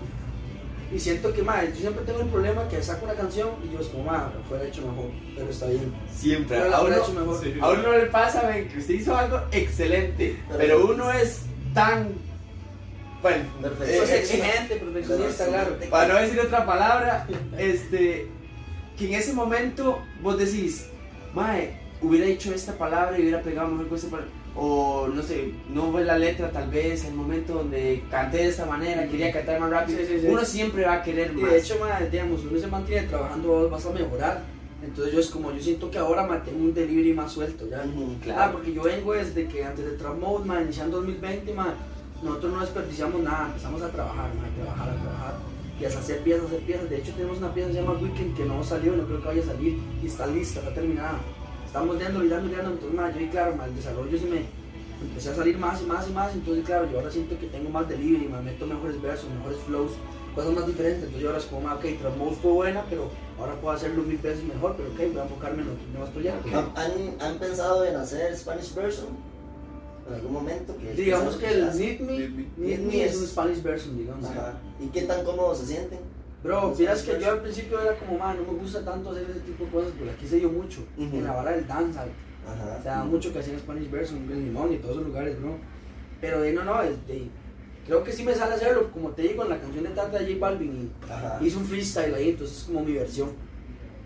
[SPEAKER 3] Y siento que, ma, yo siempre tengo el problema que saco una canción y yo es como, ma, fuera hecho mejor, pero está bien.
[SPEAKER 4] Siempre.
[SPEAKER 3] Pero la
[SPEAKER 4] A
[SPEAKER 3] hubiera
[SPEAKER 4] uno,
[SPEAKER 3] hecho mejor.
[SPEAKER 2] Sí.
[SPEAKER 4] a uno le pasa, ven, que usted hizo algo excelente, pero uno es tan. Bueno,
[SPEAKER 1] Perfecto.
[SPEAKER 3] Sos
[SPEAKER 4] eh,
[SPEAKER 3] exigente, perfeccionista, claro.
[SPEAKER 4] para no decir otra palabra, este, que en ese momento vos decís, Mae, hubiera dicho esta palabra y hubiera pegado mejor con esta palabra. o no sé, no ve la letra tal vez, el momento donde canté de esta manera, quería cantar más rápido,
[SPEAKER 3] Sí, sí, sí.
[SPEAKER 4] uno siempre va a querer
[SPEAKER 3] Y
[SPEAKER 4] más.
[SPEAKER 3] de hecho, ma, digamos, uno se mantiene trabajando, vas a mejorar. Entonces yo es como, yo siento que ahora ma, tengo un delivery más suelto, ya.
[SPEAKER 1] Ujú,
[SPEAKER 4] claro.
[SPEAKER 3] Ah, porque yo vengo desde que antes de Trap Mode, ma, iniciando 2020, ma, nosotros no desperdiciamos nada, empezamos a trabajar, ma, a trabajar, a trabajar. Y a hacer piezas, a hacer piezas. De hecho, tenemos una pieza que se llama Weekend que no salió, no creo que vaya a salir. Y está lista, está terminada. Estamos dando, mirando, mirando. Entonces, ma, yo y claro, ma, el desarrollo se me empecé a salir más y más y más. Entonces, claro, yo ahora siento que tengo más delivery, ma, meto mejores versos, mejores flows cosas más diferentes. Entonces yo ahora es como, ma, ok, Transmode fue buena, pero ahora puedo hacerlo mil veces mejor, pero ok, voy a enfocarme en los nuevos proyectos.
[SPEAKER 1] ¿Han, han- han pensado en hacer Spanish version? En algún momento. Que
[SPEAKER 3] Digamos que el
[SPEAKER 1] Ajá.
[SPEAKER 3] Need Me,
[SPEAKER 2] Need Me.
[SPEAKER 3] Need Me es un Spanish version, digamos.
[SPEAKER 1] ¿Y qué tan cómodos se sienten?
[SPEAKER 3] Bro,
[SPEAKER 1] Un
[SPEAKER 3] miras
[SPEAKER 1] Spanish
[SPEAKER 3] que yo
[SPEAKER 1] version.
[SPEAKER 3] al principio era como, man, no me gusta tanto hacer ese tipo de cosas, pero aquí se dio mucho,
[SPEAKER 1] Ujú.
[SPEAKER 3] en la vara del danza,
[SPEAKER 1] Ajá.
[SPEAKER 3] o sea, mucho que hacían Spanish version, en Limón y todos esos lugares, bro. Pero de ahí no, no, es de- creo que sí me sale hacerlo, como te digo, en la canción de Tata de J Balvin,
[SPEAKER 1] Ajá.
[SPEAKER 3] y hice un freestyle ahí, entonces es como mi versión.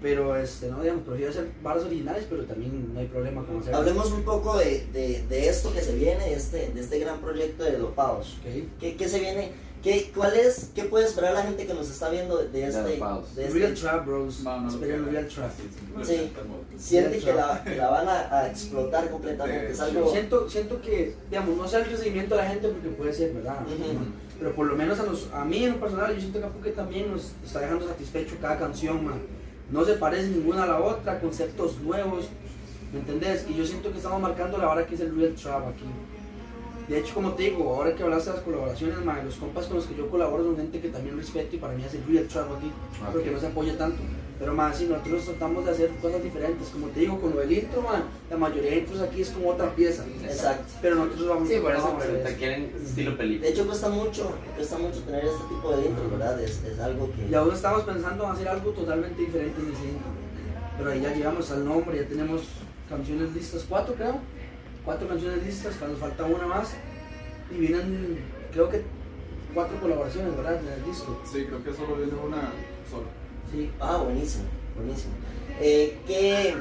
[SPEAKER 3] Pero, este, no, digamos, prefiero hacer varas originales, pero también no hay problema con hacerlo.
[SPEAKER 1] Hablemos un poco de, de- de esto que se viene, de este, de este gran proyecto de Dopados.
[SPEAKER 3] Ok.
[SPEAKER 1] ¿Qué, qué se viene? ¿Qué, cuál es, ¿Qué puede esperar la gente que nos está viendo de, de este?
[SPEAKER 4] Dopados.
[SPEAKER 1] de este-
[SPEAKER 3] Real Trap, bros.
[SPEAKER 2] No, no, no,
[SPEAKER 3] Esperen
[SPEAKER 2] no.
[SPEAKER 3] Real Trap.
[SPEAKER 2] Sí,
[SPEAKER 1] Sí.
[SPEAKER 2] sí.
[SPEAKER 1] Siente que la, que la van a, a explotar completamente. Es algo.
[SPEAKER 3] Siento, siento que, digamos, no sé el recibimiento de la gente porque puede ser, ¿verdad?
[SPEAKER 1] Ujú.
[SPEAKER 3] Pero por lo menos a, nos- a mí en lo personal, yo siento que a Puke también nos está dejando satisfecho cada canción, man. No se parece ninguna a la otra, conceptos nuevos, ¿me entendés? Y yo siento que estamos marcando la hora que es el real trap aquí. De hecho, como te digo, ahora que hablaste de las colaboraciones, man, los compas con los que yo colaboro son gente que también respeto y para mí es el real trap aquí,
[SPEAKER 4] Ah, Ok.
[SPEAKER 3] porque no se apoya tanto. Pero más si nosotros tratamos de hacer cosas diferentes, como te digo, con lo del intro, man, la mayoría de intros aquí es como otra pieza.
[SPEAKER 1] Exacto.
[SPEAKER 3] Pero nosotros vamos
[SPEAKER 4] Sí, por eso
[SPEAKER 3] vamos a hacer
[SPEAKER 4] pregunta,
[SPEAKER 3] eso.
[SPEAKER 4] quieren estilo película.
[SPEAKER 1] De hecho, cuesta mucho, cuesta mucho tener este tipo de intro, ¿verdad? Es, es algo que.
[SPEAKER 3] Y ahora estamos pensando en hacer algo totalmente diferente en ese intro. Pero ahí ya llegamos al nombre, ya tenemos canciones listas, cuatro creo. Cuatro canciones listas, nos falta una más. Y vienen, creo que cuatro colaboraciones, ¿verdad? En el disco.
[SPEAKER 2] Sí, creo que solo viene una sola.
[SPEAKER 3] Sí.
[SPEAKER 1] Ah, buenísimo, buenísimo. Eh, ¿qué-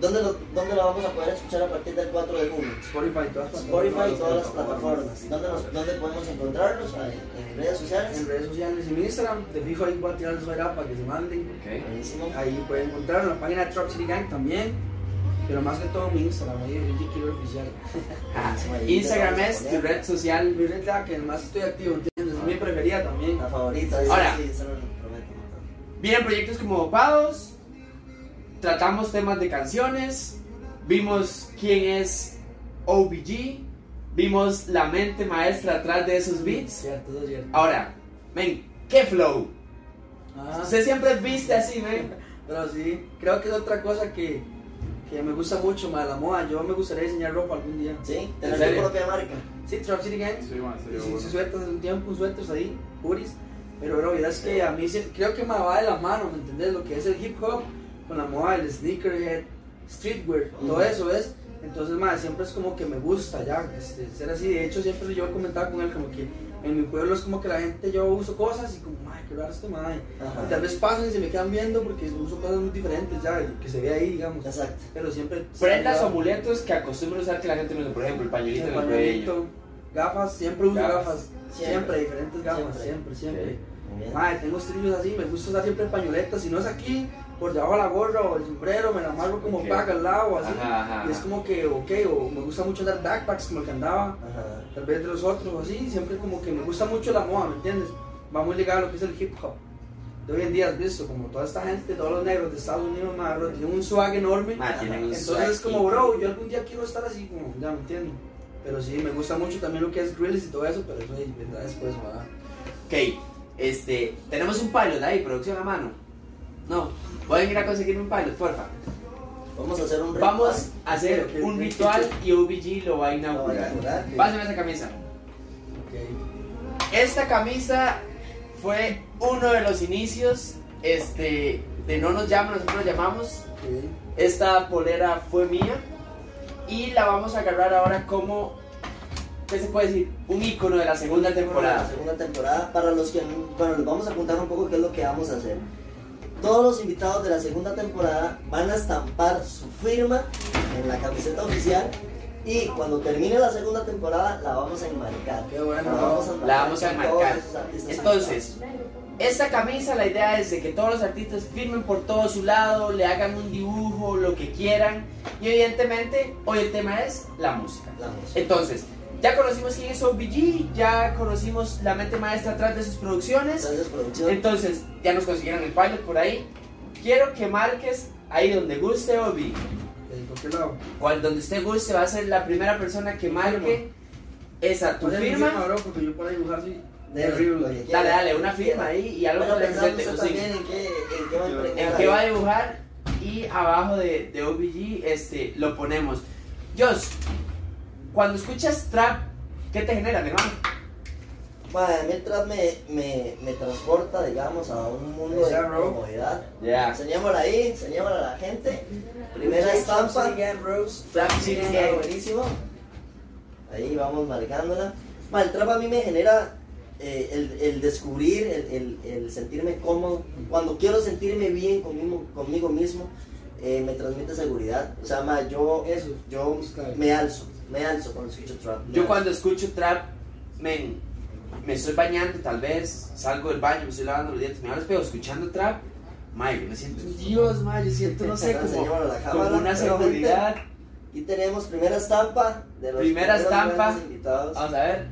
[SPEAKER 1] dónde, lo, ¿Dónde lo vamos a poder escuchar a partir del 4 de junio?
[SPEAKER 3] Spotify, todas las
[SPEAKER 1] Spotify y
[SPEAKER 3] plataformas,
[SPEAKER 1] todas las plataformas. ¿Dónde, nos- dónde podemos encontrarlos? Ah, ¿En, en redes
[SPEAKER 3] En
[SPEAKER 1] sociales?
[SPEAKER 3] redes sociales, en Instagram, te fijo ahí voy a tirar el suera para que se manden.
[SPEAKER 4] Ok.
[SPEAKER 1] Buenísimo.
[SPEAKER 3] Ahí pueden encontrar en la página de Trap City Gang también. Pero más que todo mi Instagram, ahí el DJ Killer oficial.
[SPEAKER 4] Ah,
[SPEAKER 1] Buenísimo,
[SPEAKER 4] Instagram
[SPEAKER 1] ahí te
[SPEAKER 4] es
[SPEAKER 1] vamos a
[SPEAKER 4] tu
[SPEAKER 1] poner.
[SPEAKER 4] red social
[SPEAKER 3] Mi red la que más estoy activo, ¿entiendes? Es mi preferida también.
[SPEAKER 1] La favorita. sí,
[SPEAKER 4] Ahora.
[SPEAKER 1] sí, se lo prometo.
[SPEAKER 4] Vienen proyectos como Dopados, tratamos temas de canciones, vimos quién es OBG, vimos la mente maestra atrás de esos beats.
[SPEAKER 3] Cierto, eso es cierto.
[SPEAKER 4] Ahora, men, qué flow.
[SPEAKER 3] Ah,
[SPEAKER 4] Usted siempre viste así, men.
[SPEAKER 3] pero sí, creo que es otra cosa que, que me gusta mucho, más la moda. Yo me gustaría diseñar ropa algún día.
[SPEAKER 1] Sí,
[SPEAKER 4] ¿En
[SPEAKER 1] tener
[SPEAKER 4] serio?
[SPEAKER 1] tu propia marca.
[SPEAKER 3] Sí, Trap City Gang.
[SPEAKER 2] Sí, man,
[SPEAKER 3] Y
[SPEAKER 2] sería
[SPEAKER 3] si,
[SPEAKER 2] bueno.
[SPEAKER 3] si sueltas un tiempo, sueltas ahí, puris. Pero, bro, verás que a mí se- creo que me va de la mano, ¿me entendés? Lo que es el hip hop con la moda, el sneakerhead, streetwear, todo
[SPEAKER 1] Ujú.
[SPEAKER 3] eso, ¿ves? Entonces, más siempre es como que me gusta ya este, ser así. De hecho, siempre yo comentaba con él como que en mi pueblo es como que la gente, yo uso cosas y como, ay, qué raro este esto, madre. Y tal
[SPEAKER 1] Ajá.
[SPEAKER 3] vez pasan y se me quedan viendo porque uso cosas muy diferentes, ya, que se ve ahí, digamos.
[SPEAKER 1] Exacto.
[SPEAKER 3] Pero siempre.
[SPEAKER 4] Prendas o
[SPEAKER 3] siempre-
[SPEAKER 4] amuletos que acostumbro usar que la gente no usa, por ejemplo, el pañuelito
[SPEAKER 3] el
[SPEAKER 4] en el cuello.
[SPEAKER 3] pañuelito, gafas, siempre uso
[SPEAKER 4] Gafas.
[SPEAKER 3] gafas. Siempre,
[SPEAKER 1] Siempre.
[SPEAKER 3] diferentes gafas, siempre, siempre.
[SPEAKER 1] Muy bien.
[SPEAKER 4] Ah.
[SPEAKER 3] Madre, tengo estrellas así, me gusta usar siempre pañoletas. Si no es aquí, por debajo de la gorra o el sombrero, me la amarro como
[SPEAKER 4] Ok.
[SPEAKER 3] paga al lado o así.
[SPEAKER 4] Ajá, ajá,
[SPEAKER 3] Y es
[SPEAKER 4] ajá.
[SPEAKER 3] como que, ok, o me gusta mucho dar backpacks como el que andaba
[SPEAKER 1] Ajá.
[SPEAKER 3] tal vez de los otros o así, siempre como que me gusta mucho la moda, ¿me entiendes? Va muy ligado a lo que es el hip hop. De hoy en día, has visto, como toda esta gente, todos los negros de Estados Unidos, madre, bro, tienen un swag enorme.
[SPEAKER 4] Ma, tienen un
[SPEAKER 3] Entonces es
[SPEAKER 4] swag
[SPEAKER 3] como, bro, yo algún día quiero estar así, como, ya, ¿me entiendes? Pero sí, me gusta mucho también lo que es grills y todo eso, pero eso ahí vendrá después, ¿verdad?
[SPEAKER 4] Ok, este, tenemos un pilot ahí, producción a mano. No, pueden ir a conseguir un pilot, porfa.
[SPEAKER 1] Vamos a hacer un
[SPEAKER 4] Vamos a hacer un ritual y OBG lo va a
[SPEAKER 1] Lo va a
[SPEAKER 4] inaugurar.
[SPEAKER 1] inaugurar.
[SPEAKER 4] Pásame esa camisa.
[SPEAKER 3] Ok.
[SPEAKER 4] Esta camisa fue uno de los inicios este, de No Nos Llaman, nosotros nos llamamos.
[SPEAKER 3] ok.
[SPEAKER 4] Esta polera fue mía y la vamos a agarrar ahora como, ¿qué se puede decir? Un icono de la segunda
[SPEAKER 1] La
[SPEAKER 4] temporada.
[SPEAKER 1] segunda temporada. Para los que. Bueno, les vamos a contar un poco qué es lo que vamos a hacer. Todos los invitados de la segunda temporada van a estampar su firma en la camiseta oficial Y cuando termine la segunda temporada, la vamos a enmarcar.
[SPEAKER 3] Qué bueno.
[SPEAKER 1] La vamos a
[SPEAKER 4] La vamos a
[SPEAKER 1] con
[SPEAKER 4] enmarcar.
[SPEAKER 1] todos esos artistas
[SPEAKER 4] Entonces, esta camisa, la idea es de que todos los artistas firmen por todo su lado, le hagan un dibujo, lo que quieran. Y evidentemente, hoy el tema es la música.
[SPEAKER 1] enmarcados. La música.
[SPEAKER 4] Entonces, ya conocimos quién es OBG, ya conocimos la mente maestra atrás de sus producciones.
[SPEAKER 1] Gracias, producción.
[SPEAKER 4] Entonces, ya nos consiguieron el pilot por ahí. Quiero que marques ahí donde guste OBG.
[SPEAKER 3] Eh, ¿Por qué lado?
[SPEAKER 4] Cual donde usted guste va a ser la primera persona que marque esa tu
[SPEAKER 3] Ponle mi
[SPEAKER 4] firma.
[SPEAKER 3] bro, porque yo para dibujar sí.
[SPEAKER 1] Dele, lo que
[SPEAKER 3] Terrible.
[SPEAKER 1] quiera.
[SPEAKER 4] Dale, dale, una firma ahí y algo
[SPEAKER 1] Bueno,
[SPEAKER 4] con la que se
[SPEAKER 1] pensando
[SPEAKER 4] te-
[SPEAKER 1] usted
[SPEAKER 4] sí.
[SPEAKER 1] también en qué, en qué va a
[SPEAKER 4] ¿En
[SPEAKER 1] impregnar
[SPEAKER 4] qué
[SPEAKER 1] ahí.
[SPEAKER 4] va a dibujar? Y abajo de, de OBG este, lo ponemos. Josh, cuando escuchas trap, ¿qué te genera, mi hermano?
[SPEAKER 1] Madre, mientras me, me, me transporta, digamos, a un mundo de
[SPEAKER 3] Esa, bro.
[SPEAKER 1] comodidad.
[SPEAKER 4] Ya.
[SPEAKER 1] Enseñémosla ahí, enseñémosla a la gente. Primera
[SPEAKER 4] Pues,
[SPEAKER 3] Sí,
[SPEAKER 1] estampa.
[SPEAKER 3] sí, Again, bros.
[SPEAKER 4] Trap
[SPEAKER 1] Sí,
[SPEAKER 4] City
[SPEAKER 1] está
[SPEAKER 4] Gang.
[SPEAKER 1] buenísimo. Ahí vamos marcándola. Ma, el trap a mí me genera eh, el, el descubrir, el, el- el sentirme cómodo. Cuando quiero sentirme bien conmigo, conmigo mismo, eh, me transmite seguridad. O sea, ma, yo,
[SPEAKER 3] Eso.
[SPEAKER 1] yo me alzo, me alzo cuando escucho trap. me
[SPEAKER 4] Yo
[SPEAKER 1] alzo.
[SPEAKER 4] cuando escucho trap, men, me estoy bañando tal vez, salgo del baño, me estoy lavando los dientes, me abro el espejo escuchando trap. Mae, yo me siento un dios, mae, yo siento, no sé, como,
[SPEAKER 1] Señora, la
[SPEAKER 4] como
[SPEAKER 1] cámara,
[SPEAKER 4] una
[SPEAKER 1] pero vente.
[SPEAKER 4] seguridad.
[SPEAKER 1] Aquí tenemos primera estampa de los
[SPEAKER 4] Primera
[SPEAKER 1] primeros
[SPEAKER 4] estampa. Ah,
[SPEAKER 1] grandes invitados.
[SPEAKER 4] Vamos a ver.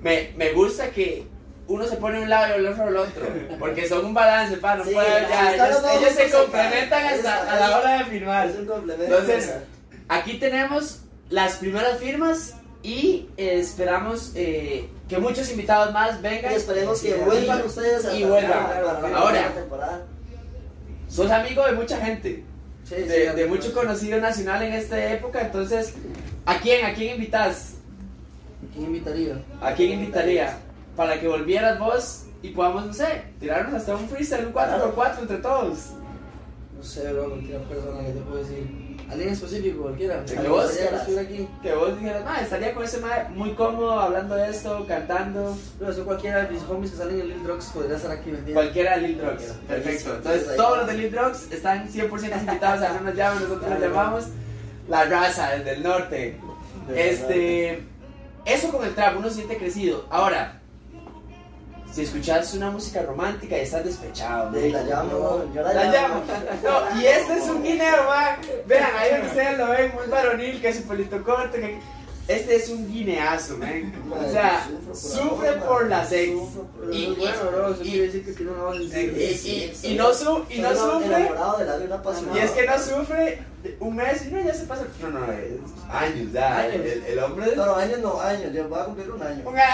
[SPEAKER 4] Me, me gusta que uno se pone a un lado y el otro al otro. Porque son un balance, pa, no
[SPEAKER 1] Sí,
[SPEAKER 4] puede haber- ya,
[SPEAKER 1] ahí están
[SPEAKER 4] ellos,
[SPEAKER 1] los dos
[SPEAKER 4] ellos se
[SPEAKER 1] juntos,
[SPEAKER 4] complementan
[SPEAKER 1] pa.
[SPEAKER 4] hasta
[SPEAKER 1] Esa,
[SPEAKER 4] a la
[SPEAKER 1] esa.
[SPEAKER 4] hora de firmar.
[SPEAKER 1] Es un complemento.
[SPEAKER 4] Entonces, aquí tenemos las primeras firmas y eh, esperamos eh, que muchos invitados más
[SPEAKER 1] y
[SPEAKER 4] vengan.
[SPEAKER 1] esperemos que vuelvan
[SPEAKER 4] Y-
[SPEAKER 1] ustedes a
[SPEAKER 4] y
[SPEAKER 1] la-
[SPEAKER 4] vuelvan.
[SPEAKER 1] a la- a la
[SPEAKER 4] Ahora.
[SPEAKER 1] primera temporada.
[SPEAKER 4] Sos amigo de mucha gente,
[SPEAKER 3] Sí, sí,
[SPEAKER 4] de, de
[SPEAKER 3] bro.
[SPEAKER 4] mucho conocido nacional en esta época. Entonces, ¿a quién, a quién invitas?
[SPEAKER 3] ¿Quién invitaría?
[SPEAKER 4] ¿A quién invitaría? Para que volvieras vos y podamos, no sé, tirarnos hasta un freestyle, un 4x4 entre todos.
[SPEAKER 3] No sé, bro, cualquier persona que te puedo decir. ¿Alguien específico, cualquiera?
[SPEAKER 4] ¿De
[SPEAKER 3] ¿Alguien
[SPEAKER 4] vos?
[SPEAKER 3] que quiera estuviera aquí?
[SPEAKER 4] Que vos dijeras, "Ma, estaría con ese mae muy cómodo hablando de esto, cantando.
[SPEAKER 3] No, eso cualquiera de mis homies que salen en Lil Drugs podría estar aquí, ¿me entiendes?
[SPEAKER 4] Cualquiera de Lil Drugs. Perfecto. Entonces, todos los de Lil Drugs están 100% invitados a hacernos llamas. Nosotros los llamamos la raza desde el norte. Este. Eso con el trap, uno siente crecido. Ahora, si escuchas una música romántica y estás despechado,
[SPEAKER 1] Sí, la
[SPEAKER 4] ¿no?
[SPEAKER 1] llamo, yo la,
[SPEAKER 4] La llamo. No, y este es un guineo, man. Vean, ahí donde ustedes lo ven, muy varonil, que su pelito corto. que- Este es un guineazo, man. O sea, sufre por las ex.
[SPEAKER 3] Pero
[SPEAKER 4] Y- Eh,
[SPEAKER 3] es bueno, bro, eso quiere decir que tiene una voz en
[SPEAKER 4] Y,
[SPEAKER 3] serio.
[SPEAKER 4] y- y no, su- y no
[SPEAKER 1] Soy un
[SPEAKER 4] sufre.
[SPEAKER 1] enamorado de la vida apasionada.
[SPEAKER 4] Y es que no sufre de un mes y no, ya se pasa. No, no, es años, ya.
[SPEAKER 3] Años.
[SPEAKER 4] El, el hombre.
[SPEAKER 1] No, no, años no, años, yo voy a cumplir un año.
[SPEAKER 4] Un año,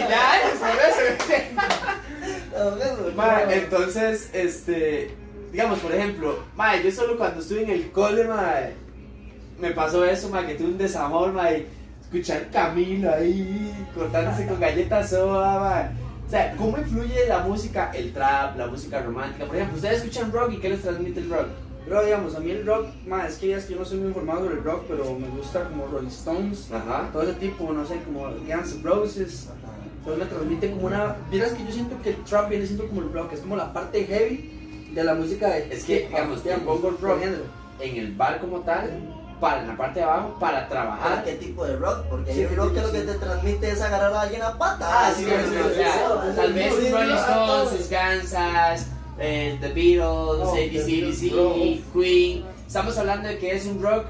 [SPEAKER 4] ya, ya, años, por eso.
[SPEAKER 1] No, eso,
[SPEAKER 4] Ma,
[SPEAKER 1] no.
[SPEAKER 4] entonces, este, digamos, por ejemplo, ma, yo solo cuando estuve en el cole, ma, me pasó eso, ma, que tuve un desamor, ma, y escuchar Camilo ahí, cortándose con galletas soda, ma. O sea, ¿cómo influye la música, el trap, la música romántica? Por ejemplo, ustedes escuchan rock y ¿qué les transmite el rock?
[SPEAKER 3] Pero digamos, a mí el rock, ma, es que ya es que yo no soy muy informado sobre el rock, pero me gusta como Rolling Stones,
[SPEAKER 4] Ajá.
[SPEAKER 3] todo ese tipo, no sé, como Guns N' Roses. Entonces me transmite como una. Vieras que yo siento que el trap viene siendo como el rock, es como la parte heavy de la música de.
[SPEAKER 4] Es que, digamos,
[SPEAKER 3] digamos,
[SPEAKER 4] yo pongo el rock.
[SPEAKER 3] por género.
[SPEAKER 4] En el bar como tal, para en la parte de abajo, para
[SPEAKER 1] Ah,
[SPEAKER 4] trabajar.
[SPEAKER 1] ¿Qué tipo de rock? Porque
[SPEAKER 3] Sí,
[SPEAKER 1] yo
[SPEAKER 3] ¿qué
[SPEAKER 1] creo que
[SPEAKER 3] tipo,
[SPEAKER 1] lo que
[SPEAKER 3] sí?
[SPEAKER 1] te transmite es agarrar a alguien a pata.
[SPEAKER 4] Ah, sí,
[SPEAKER 3] sí,
[SPEAKER 4] sí,
[SPEAKER 3] sí,
[SPEAKER 4] o
[SPEAKER 3] sí,
[SPEAKER 4] sea,
[SPEAKER 3] sí,
[SPEAKER 4] tal
[SPEAKER 3] sí,
[SPEAKER 4] vez
[SPEAKER 3] sí,
[SPEAKER 4] Rolling
[SPEAKER 3] sí, sí,
[SPEAKER 4] Stones, Kansas, eh, The Beatles,
[SPEAKER 3] No, Oh, The Beatles,
[SPEAKER 4] ABCDC, Queen. Estamos hablando de que es un rock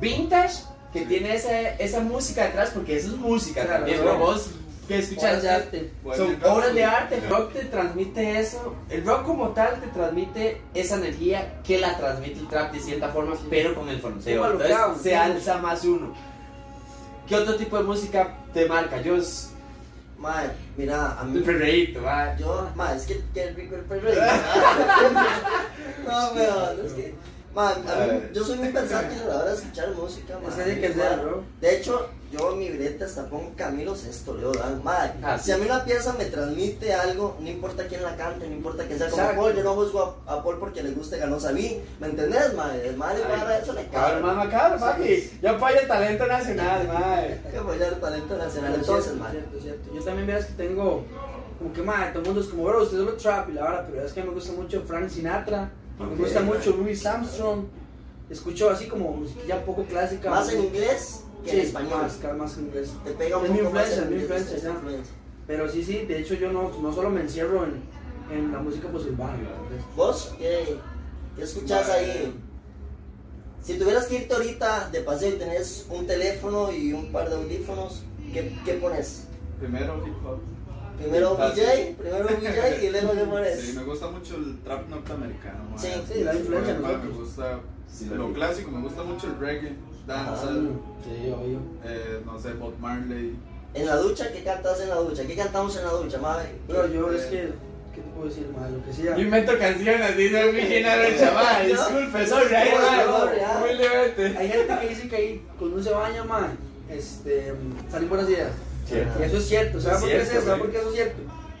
[SPEAKER 4] vintage que tiene esa, esa música detrás, porque eso es música
[SPEAKER 3] Claro,
[SPEAKER 4] también,
[SPEAKER 3] claro.
[SPEAKER 4] pero vos que escuchas
[SPEAKER 3] Obras de arte.
[SPEAKER 4] son obras de arte. El rock te transmite eso. El rock como tal te transmite esa energía que la transmite el trap de cierta forma, pero con el fronteo.
[SPEAKER 3] Como
[SPEAKER 4] Entonces
[SPEAKER 3] alocado,
[SPEAKER 4] se
[SPEAKER 3] sí.
[SPEAKER 4] alza más uno. ¿Qué otro tipo de música te marca? Yo
[SPEAKER 1] Madre, mira, a mí.
[SPEAKER 4] el perreíto, va.
[SPEAKER 1] Yo, ma, es que qué rico el perro. no, weón, es que. Ma, a mí, yo soy muy versátil a la hora de escuchar música, ma.
[SPEAKER 3] Es así que
[SPEAKER 1] Ma,
[SPEAKER 3] sea, bro.
[SPEAKER 1] De hecho, yo en mi brete hasta pongo Camilo Sesto, Leo Dan, ma.
[SPEAKER 4] Ah,
[SPEAKER 1] Si a mí una pieza me transmite algo, no importa quién la cante, no importa quién sea como
[SPEAKER 3] Exacto.
[SPEAKER 1] Paul, yo no juzgo a, a Paul porque le guste ganó Sabí, ¿me entendés, ma? El mal
[SPEAKER 4] Ay,
[SPEAKER 1] para eso le
[SPEAKER 4] Cabrón,
[SPEAKER 1] cabe.
[SPEAKER 4] mamá, cabrón, papi. Yo apoyo el talento nacional, madre.
[SPEAKER 1] Hay que apoyar el talento nacional,
[SPEAKER 3] Pero
[SPEAKER 1] entonces,
[SPEAKER 3] cierto,
[SPEAKER 1] ma.
[SPEAKER 3] cierto, cierto. Yo también verás que tengo, como que madre, todo el mundo es como, bro, usted es solo trap y la vara, pero es que me gusta mucho Frank Sinatra,
[SPEAKER 1] Ok,
[SPEAKER 3] me gusta
[SPEAKER 1] ma.
[SPEAKER 3] mucho Louis Armstrong, escucho así como musiquilla poco clásica.
[SPEAKER 1] Más en
[SPEAKER 3] muy-
[SPEAKER 1] inglés que
[SPEAKER 3] sí,
[SPEAKER 1] en español.
[SPEAKER 3] Más, ca- más en inglés.
[SPEAKER 1] Te pega un
[SPEAKER 3] Es mi
[SPEAKER 1] poco más
[SPEAKER 3] influencia,
[SPEAKER 1] en
[SPEAKER 3] es mi
[SPEAKER 1] inglés,
[SPEAKER 3] influencia,
[SPEAKER 1] es tu
[SPEAKER 3] ya.
[SPEAKER 1] influencia.
[SPEAKER 3] Pero sí, sí, de hecho yo no, no solo me encierro en, en la música posurbana.
[SPEAKER 1] ¿Vos qué, qué escuchás ahí? Si tuvieras que irte ahorita de paseo y tenés un teléfono y un par de audífonos, ¿qué, qué pones?
[SPEAKER 2] Primero hip hop.
[SPEAKER 1] Primero
[SPEAKER 2] Ah, sí.
[SPEAKER 1] DJ, primero DJ y luego qué pones.
[SPEAKER 2] Sí, me gusta mucho el trap norteamericano. mae.
[SPEAKER 1] Sí,
[SPEAKER 3] sí, la influencia de
[SPEAKER 2] Mae,
[SPEAKER 3] nosotros.
[SPEAKER 2] Me gusta
[SPEAKER 4] Sí, la
[SPEAKER 2] lo
[SPEAKER 4] vi.
[SPEAKER 2] clásico, me gusta mucho el reggae, danza,
[SPEAKER 3] Sí, obvio.
[SPEAKER 2] eh, no sé, Bob Marley.
[SPEAKER 1] En la ducha, ¿qué cantas en la ducha? ¿Qué cantamos en la ducha, madre?
[SPEAKER 3] Pero yo es que, ¿qué te puedo decir, más Lo que sea.
[SPEAKER 4] Yo invento canciones, dice Virginia del chaval. Disculpe, sorry, ahí
[SPEAKER 1] No, no,
[SPEAKER 4] va.
[SPEAKER 1] real.
[SPEAKER 4] Humildemente.
[SPEAKER 3] Hay gente que dice que ahí cuando uno se baña, man, este, mm, salen buenas ideas.
[SPEAKER 1] Cierto.
[SPEAKER 3] Y eso es cierto. ¿Sabes
[SPEAKER 4] Es
[SPEAKER 3] por qué es
[SPEAKER 4] cierto,
[SPEAKER 3] eso? ¿Sabe
[SPEAKER 4] sí.
[SPEAKER 3] por qué eso es cierto?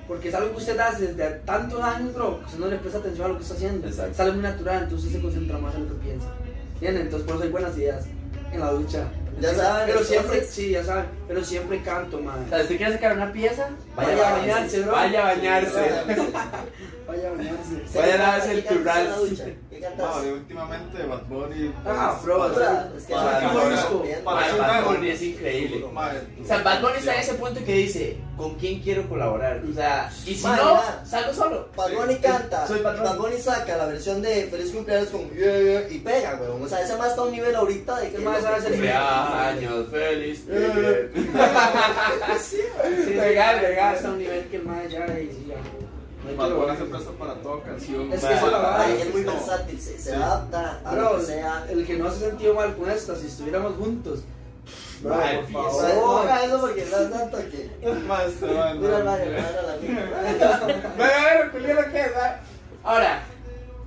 [SPEAKER 3] Porque es algo que usted hace desde tantos años, bro, que usted no le presta atención a lo que está haciendo.
[SPEAKER 4] Exacto.
[SPEAKER 3] Sale muy natural, entonces usted se concentra más en lo que piensa. ¿Entienden? Entonces por eso hay buenas ideas en la ducha.
[SPEAKER 1] Ya saben,
[SPEAKER 3] Pero siempre,
[SPEAKER 1] entonces.
[SPEAKER 3] sí, ya saben. Pero siempre canto, man.
[SPEAKER 4] O sea, ¿Usted quiere sacar una pieza?
[SPEAKER 1] Vaya a
[SPEAKER 3] bañarse, bro.
[SPEAKER 4] Vaya a bañarse.
[SPEAKER 3] Vaya a bañarse.
[SPEAKER 1] Sí,
[SPEAKER 4] Voy a
[SPEAKER 1] ¿qué
[SPEAKER 4] lavarse el
[SPEAKER 1] cantas en la
[SPEAKER 4] turral.
[SPEAKER 1] ducha? ¿Qué
[SPEAKER 2] Ah,
[SPEAKER 1] cantas?
[SPEAKER 2] de últimamente Bad Bunny.
[SPEAKER 3] Ah,
[SPEAKER 2] pues,
[SPEAKER 3] bro.
[SPEAKER 1] Dura, es que
[SPEAKER 4] Para-
[SPEAKER 1] ahora
[SPEAKER 4] para-
[SPEAKER 1] conozco.
[SPEAKER 2] para-
[SPEAKER 4] Ay, Bad Bunny es increíble.
[SPEAKER 2] mae,
[SPEAKER 4] O sea, Bad Bunny está en ese punto que dice, ¿con quién quiero colaborar? O sea, y si
[SPEAKER 1] Mae,
[SPEAKER 4] no,
[SPEAKER 1] ya.
[SPEAKER 4] salgo solo.
[SPEAKER 1] Bad Bunny canta,
[SPEAKER 4] Soy Bad Bunny.
[SPEAKER 1] Bad Bunny saca la versión de Feliz Cumpleaños con Yeah, yeah, y pega, weón. O sea, ese más está a un nivel ahorita de que
[SPEAKER 3] Ese mae sabe hacer-
[SPEAKER 4] Cumpleaños feliz.
[SPEAKER 1] Eh.
[SPEAKER 3] Sí,
[SPEAKER 4] legal, legal.
[SPEAKER 3] Hasta un nivel que el mae ya le decía. no hay que
[SPEAKER 2] Bad Bunny se
[SPEAKER 3] lo-
[SPEAKER 2] presta para toda canción.
[SPEAKER 3] Es
[SPEAKER 4] que eso la
[SPEAKER 1] Ay,
[SPEAKER 3] verdad
[SPEAKER 1] es muy
[SPEAKER 2] No.
[SPEAKER 1] versátil, se, se
[SPEAKER 2] Sí.
[SPEAKER 1] adapta a lo
[SPEAKER 3] Bro, eh,
[SPEAKER 1] que sea.
[SPEAKER 3] el que no se ha sentido mal con esta, si estuviéramos juntos. Bro,
[SPEAKER 4] Ay,
[SPEAKER 3] por
[SPEAKER 1] O sea, no
[SPEAKER 3] favor.
[SPEAKER 1] haga eso porque estás tanto que.
[SPEAKER 2] Mae, se va, ¿no?
[SPEAKER 1] Mira, madre, madre, la mía.
[SPEAKER 4] Bueno, bueno, que es, ¿verdad? Ahora,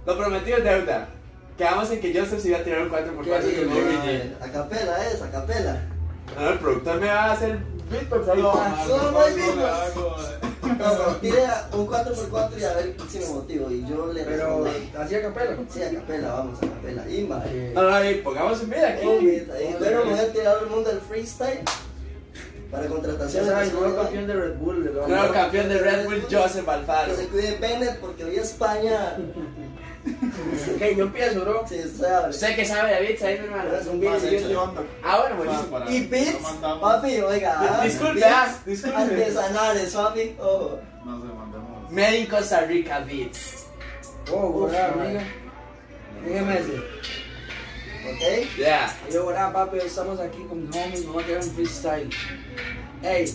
[SPEAKER 4] lo prometido es deuda. Quedamos en que Joseph se iba a tirar un 4x4
[SPEAKER 1] Qué
[SPEAKER 4] con
[SPEAKER 1] lindo,
[SPEAKER 4] Jimmy
[SPEAKER 1] madre. A capela es, a capela.
[SPEAKER 4] Ahora el productor me va a hacer beatbox
[SPEAKER 2] No,
[SPEAKER 4] ahorita.
[SPEAKER 2] mae,
[SPEAKER 1] Solo
[SPEAKER 2] no,
[SPEAKER 1] hay
[SPEAKER 2] no
[SPEAKER 1] vivos.
[SPEAKER 2] le hago, eh.
[SPEAKER 1] No, no, tire a un 4x4 y a ver si me motivo. Y yo le
[SPEAKER 3] Pero,
[SPEAKER 1] respondo.
[SPEAKER 3] hacía capela.
[SPEAKER 1] Sí, a capela, vamos, a capela. Y madre.
[SPEAKER 3] Eh,
[SPEAKER 4] No, no, ahí, pongamos en vida aquí.
[SPEAKER 1] Bueno, me voy a tirar al mundo del freestyle para
[SPEAKER 3] Ya
[SPEAKER 1] contrataciones.
[SPEAKER 3] sabes,
[SPEAKER 1] que
[SPEAKER 3] nuevo
[SPEAKER 1] son-
[SPEAKER 3] campeón de Red Bull. le vamos a-
[SPEAKER 4] Nuevo campeón de Red Bull, Joseph Alfaro.
[SPEAKER 1] Que se cuide Bennett porque hoy España
[SPEAKER 3] Ok, yo empiezo, bro.
[SPEAKER 1] se sabe.
[SPEAKER 4] Usted que sabe, David, sabe, mi hermano.
[SPEAKER 1] Es un
[SPEAKER 2] Mae,
[SPEAKER 1] beat,
[SPEAKER 2] de hecho, yo ando-
[SPEAKER 4] Ah, bueno, buenísimo.
[SPEAKER 2] para-
[SPEAKER 1] Y
[SPEAKER 2] no
[SPEAKER 1] beats,
[SPEAKER 2] mandamos-
[SPEAKER 1] papi, oiga. ah,
[SPEAKER 4] Disculpe,
[SPEAKER 1] beats
[SPEAKER 4] ah, disculpe.
[SPEAKER 1] Artesanales, papi. Ojo.
[SPEAKER 2] No se mandamos.
[SPEAKER 4] Made in Costa Rica Beats.
[SPEAKER 3] Oh,
[SPEAKER 1] Uf,
[SPEAKER 3] gorá,
[SPEAKER 1] mae.
[SPEAKER 3] amiga. Dígame ese.
[SPEAKER 1] ¿Ok?
[SPEAKER 4] Yeah.
[SPEAKER 3] Yo, gorá, "Ah, papi, hoy estamos aquí con mis homies. Vamos a tirar un freestyle. Ey.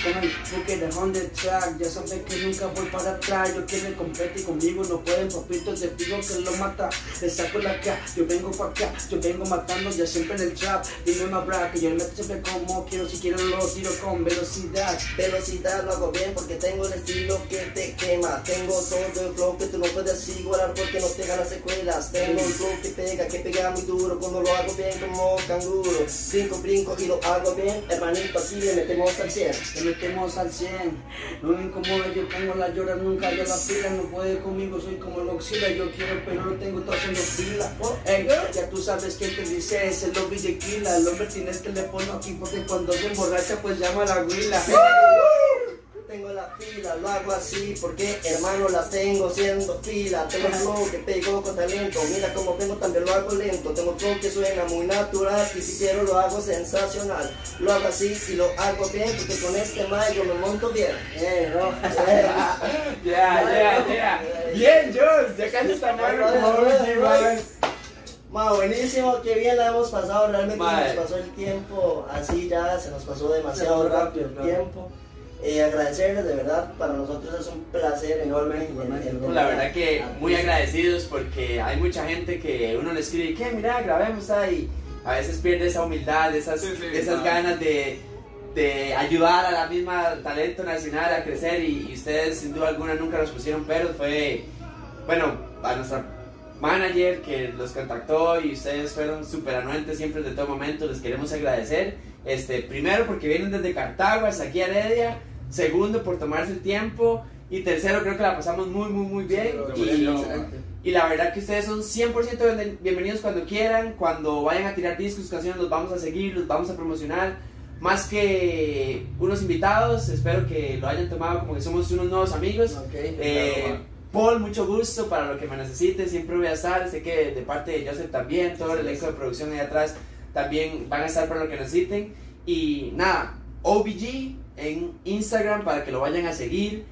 [SPEAKER 3] Con el buque de Honda Track, ya saben que nunca voy para atrás. Yo quiero competir conmigo, no pueden, papito, te pido que lo mata. Le saco la acá, yo vengo para acá, yo vengo matando ya siempre en el trap. Dime más bra, que yo me siempre como quiero, si quiero lo tiro con velocidad.
[SPEAKER 1] Velocidad lo hago bien porque tengo el estilo que te quema. Tengo todo el flow que tú no puedes igualar porque no te ganas secuelas. Tengo el flow que pega, que pega muy duro cuando lo hago bien como canguro. Brinco, brinco y lo hago bien, hermanito, así le metemos al 100.
[SPEAKER 3] Le metemos al 100, no me incomoda, yo pongo la llora, nunca yo la fila, no puede conmigo, soy como el oxila, yo quiero pero no tengo, todo haciendo fila. Oh, ey, ya tú sabes quién te dice, es el lobby de Kila, el hombre tiene el teléfono aquí porque cuando se emborracha pues llama a la guila.
[SPEAKER 1] Tengo la fila, lo hago así porque hermano las tengo siendo fila. Tengo el flow que pego con talento. Mira como tengo también lo hago lento. Tengo el flow que suena muy natural y si quiero lo hago sensacional. Lo hago así y lo hago bien porque con este mayo me monto bien. Eh, no. Eh,
[SPEAKER 4] Yeah, yeah, yeah. Bien, Jos, ya casi está malo como Orgy, man.
[SPEAKER 1] ma, buenísimo, qué bien la hemos pasado. Realmente
[SPEAKER 4] Mae.
[SPEAKER 1] se nos pasó el tiempo así ya, se nos pasó demasiado
[SPEAKER 3] Se nos fue
[SPEAKER 1] rápido el
[SPEAKER 3] rápido, claro.
[SPEAKER 1] tiempo. Eh, agradecerles, de verdad, para nosotros es un placer enorme.
[SPEAKER 3] Igualmente,
[SPEAKER 1] el- el-
[SPEAKER 4] Pues La verdad que muy agradecidos porque hay mucha gente que uno le escribe, que mira, grabemos ahí. A veces pierde esa humildad, esas,
[SPEAKER 2] Sí, sí,
[SPEAKER 4] esas
[SPEAKER 2] claro.
[SPEAKER 4] ganas de, de ayudar a la misma talento nacional a crecer y, y ustedes sin duda alguna nunca nos pusieron pero fue, bueno, a nuestra manager que los contactó y ustedes fueron súper anuentes siempre de todo momento, les queremos agradecer. Este, primero porque vienen desde Cartago hasta aquí a Heredia, segundo por tomarse el tiempo y tercero creo que la pasamos muy muy muy bien
[SPEAKER 2] Sí,
[SPEAKER 4] y,
[SPEAKER 2] yo-
[SPEAKER 4] y la verdad que ustedes son 100% bienven- bienvenidos cuando quieran, cuando vayan a tirar discos, canciones, los vamos a seguir, los vamos a promocionar. Más que unos invitados, espero que lo hayan tomado como que somos unos nuevos amigos.
[SPEAKER 3] Ok,
[SPEAKER 4] Eh,
[SPEAKER 2] claro,
[SPEAKER 4] Paul, mucho gusto para lo que me necesiten, siempre voy a estar, sé que de parte de Joseph también, todo el elenco de producción ahí atrás también van a estar para lo que necesiten. Y nada, OBG en Instagram para que lo vayan a seguir.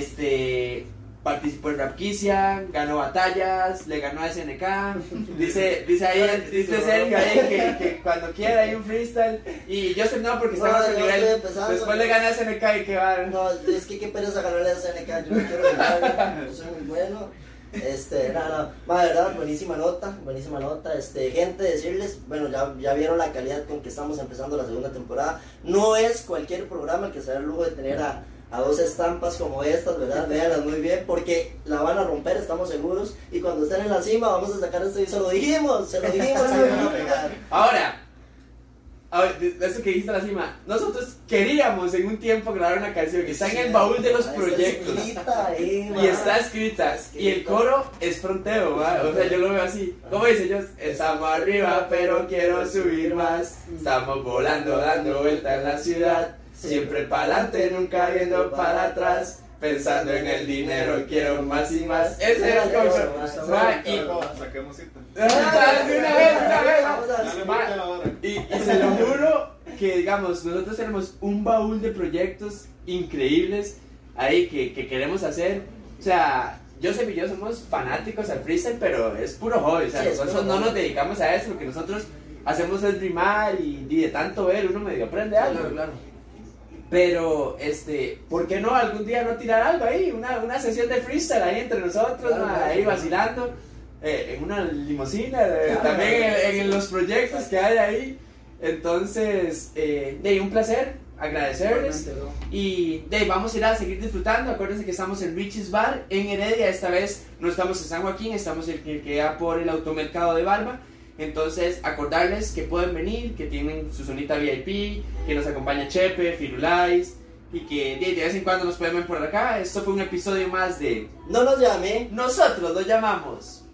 [SPEAKER 4] Este participó en Rapquicia, ganó batallas, le ganó a SNK. Dice, dice ahí, dice Sergio ahí que, que cuando quiera hay un freestyle. Y Joseph no, porque está
[SPEAKER 1] No,
[SPEAKER 4] a otro
[SPEAKER 1] yo
[SPEAKER 4] nivel.
[SPEAKER 1] estoy empezando.
[SPEAKER 4] Después le gana a SNK y que va.
[SPEAKER 1] No, es que qué pereza ganarle a SNK, yo no quiero ganar, yo soy muy bueno. Este, nada, no, no, de verdad, buenísima nota, buenísima nota. Este, gente, decirles, bueno, ya, ya vieron la calidad con que estamos empezando la segunda temporada. No es cualquier programa el que se da el lujo de tener a, a dos estampas como estas, ¿verdad? Véanlas muy bien, porque la van a romper, estamos seguros. Y cuando estén en la cima, vamos a sacar esto y se lo dijimos, se lo dijimos, se lo van a pegar.
[SPEAKER 4] Ahora, a ver, de- de eso que dijiste a la cima, nosotros queríamos en un tiempo grabar una canción que está en el baúl de los
[SPEAKER 1] Ahí está
[SPEAKER 4] proyectos.
[SPEAKER 1] escrita ahí,
[SPEAKER 4] Y
[SPEAKER 1] ma.
[SPEAKER 4] está escrita. Y el coro es fronteo, ¿va? O sea, yo lo veo así. ¿Cómo dicen ellos? Estamos arriba, pero quiero subir más. Estamos volando, dando vueltas en la ciudad. Siempre para adelante, nunca viendo para atrás. Pensando en el dinero, quiero más y más. Ese era el coro. Ma, y-
[SPEAKER 2] Saquemos cita.
[SPEAKER 4] Ah, de una vez, de una vez, ma.
[SPEAKER 1] Vamos a-
[SPEAKER 2] Ya le marqué la hora.
[SPEAKER 4] Y, y se lo juro que, digamos, nosotros tenemos un baúl de proyectos increíbles ahí que, que queremos hacer. O sea, Joseph y yo somos fanáticos al freestyle, pero es puro hobby. O sea,
[SPEAKER 1] Sí, es
[SPEAKER 4] nosotros
[SPEAKER 1] puro
[SPEAKER 4] no
[SPEAKER 1] hobby.
[SPEAKER 4] nos dedicamos a eso. Lo que nosotros hacemos es rimar y, y de tanto ver, uno medio aprende algo. Pero, este, ¿por qué no algún día no tirar algo ahí? Una, una sesión de freestyle ahí entre nosotros,
[SPEAKER 1] Claro,
[SPEAKER 4] ma,
[SPEAKER 1] claro.
[SPEAKER 4] ahí vacilando, eh, en una limusina, eh, también en, en los proyectos que hay ahí. Entonces, eh, de ahí, un placer agradecerles. Y de ahí, vamos a ir a seguir disfrutando. Acuérdense que estamos en Richie's Bar en Heredia. Esta vez no estamos en San Joaquín, estamos en el que queda por el automercado de Barba. Entonces, acordarles que pueden venir, que tienen su zonita VIP, que nos acompaña Chepe, Firulais, y que de, de vez en cuando nos pueden ver por acá. Esto fue un episodio más de
[SPEAKER 1] No nos llamé.
[SPEAKER 4] Nosotros lo llamamos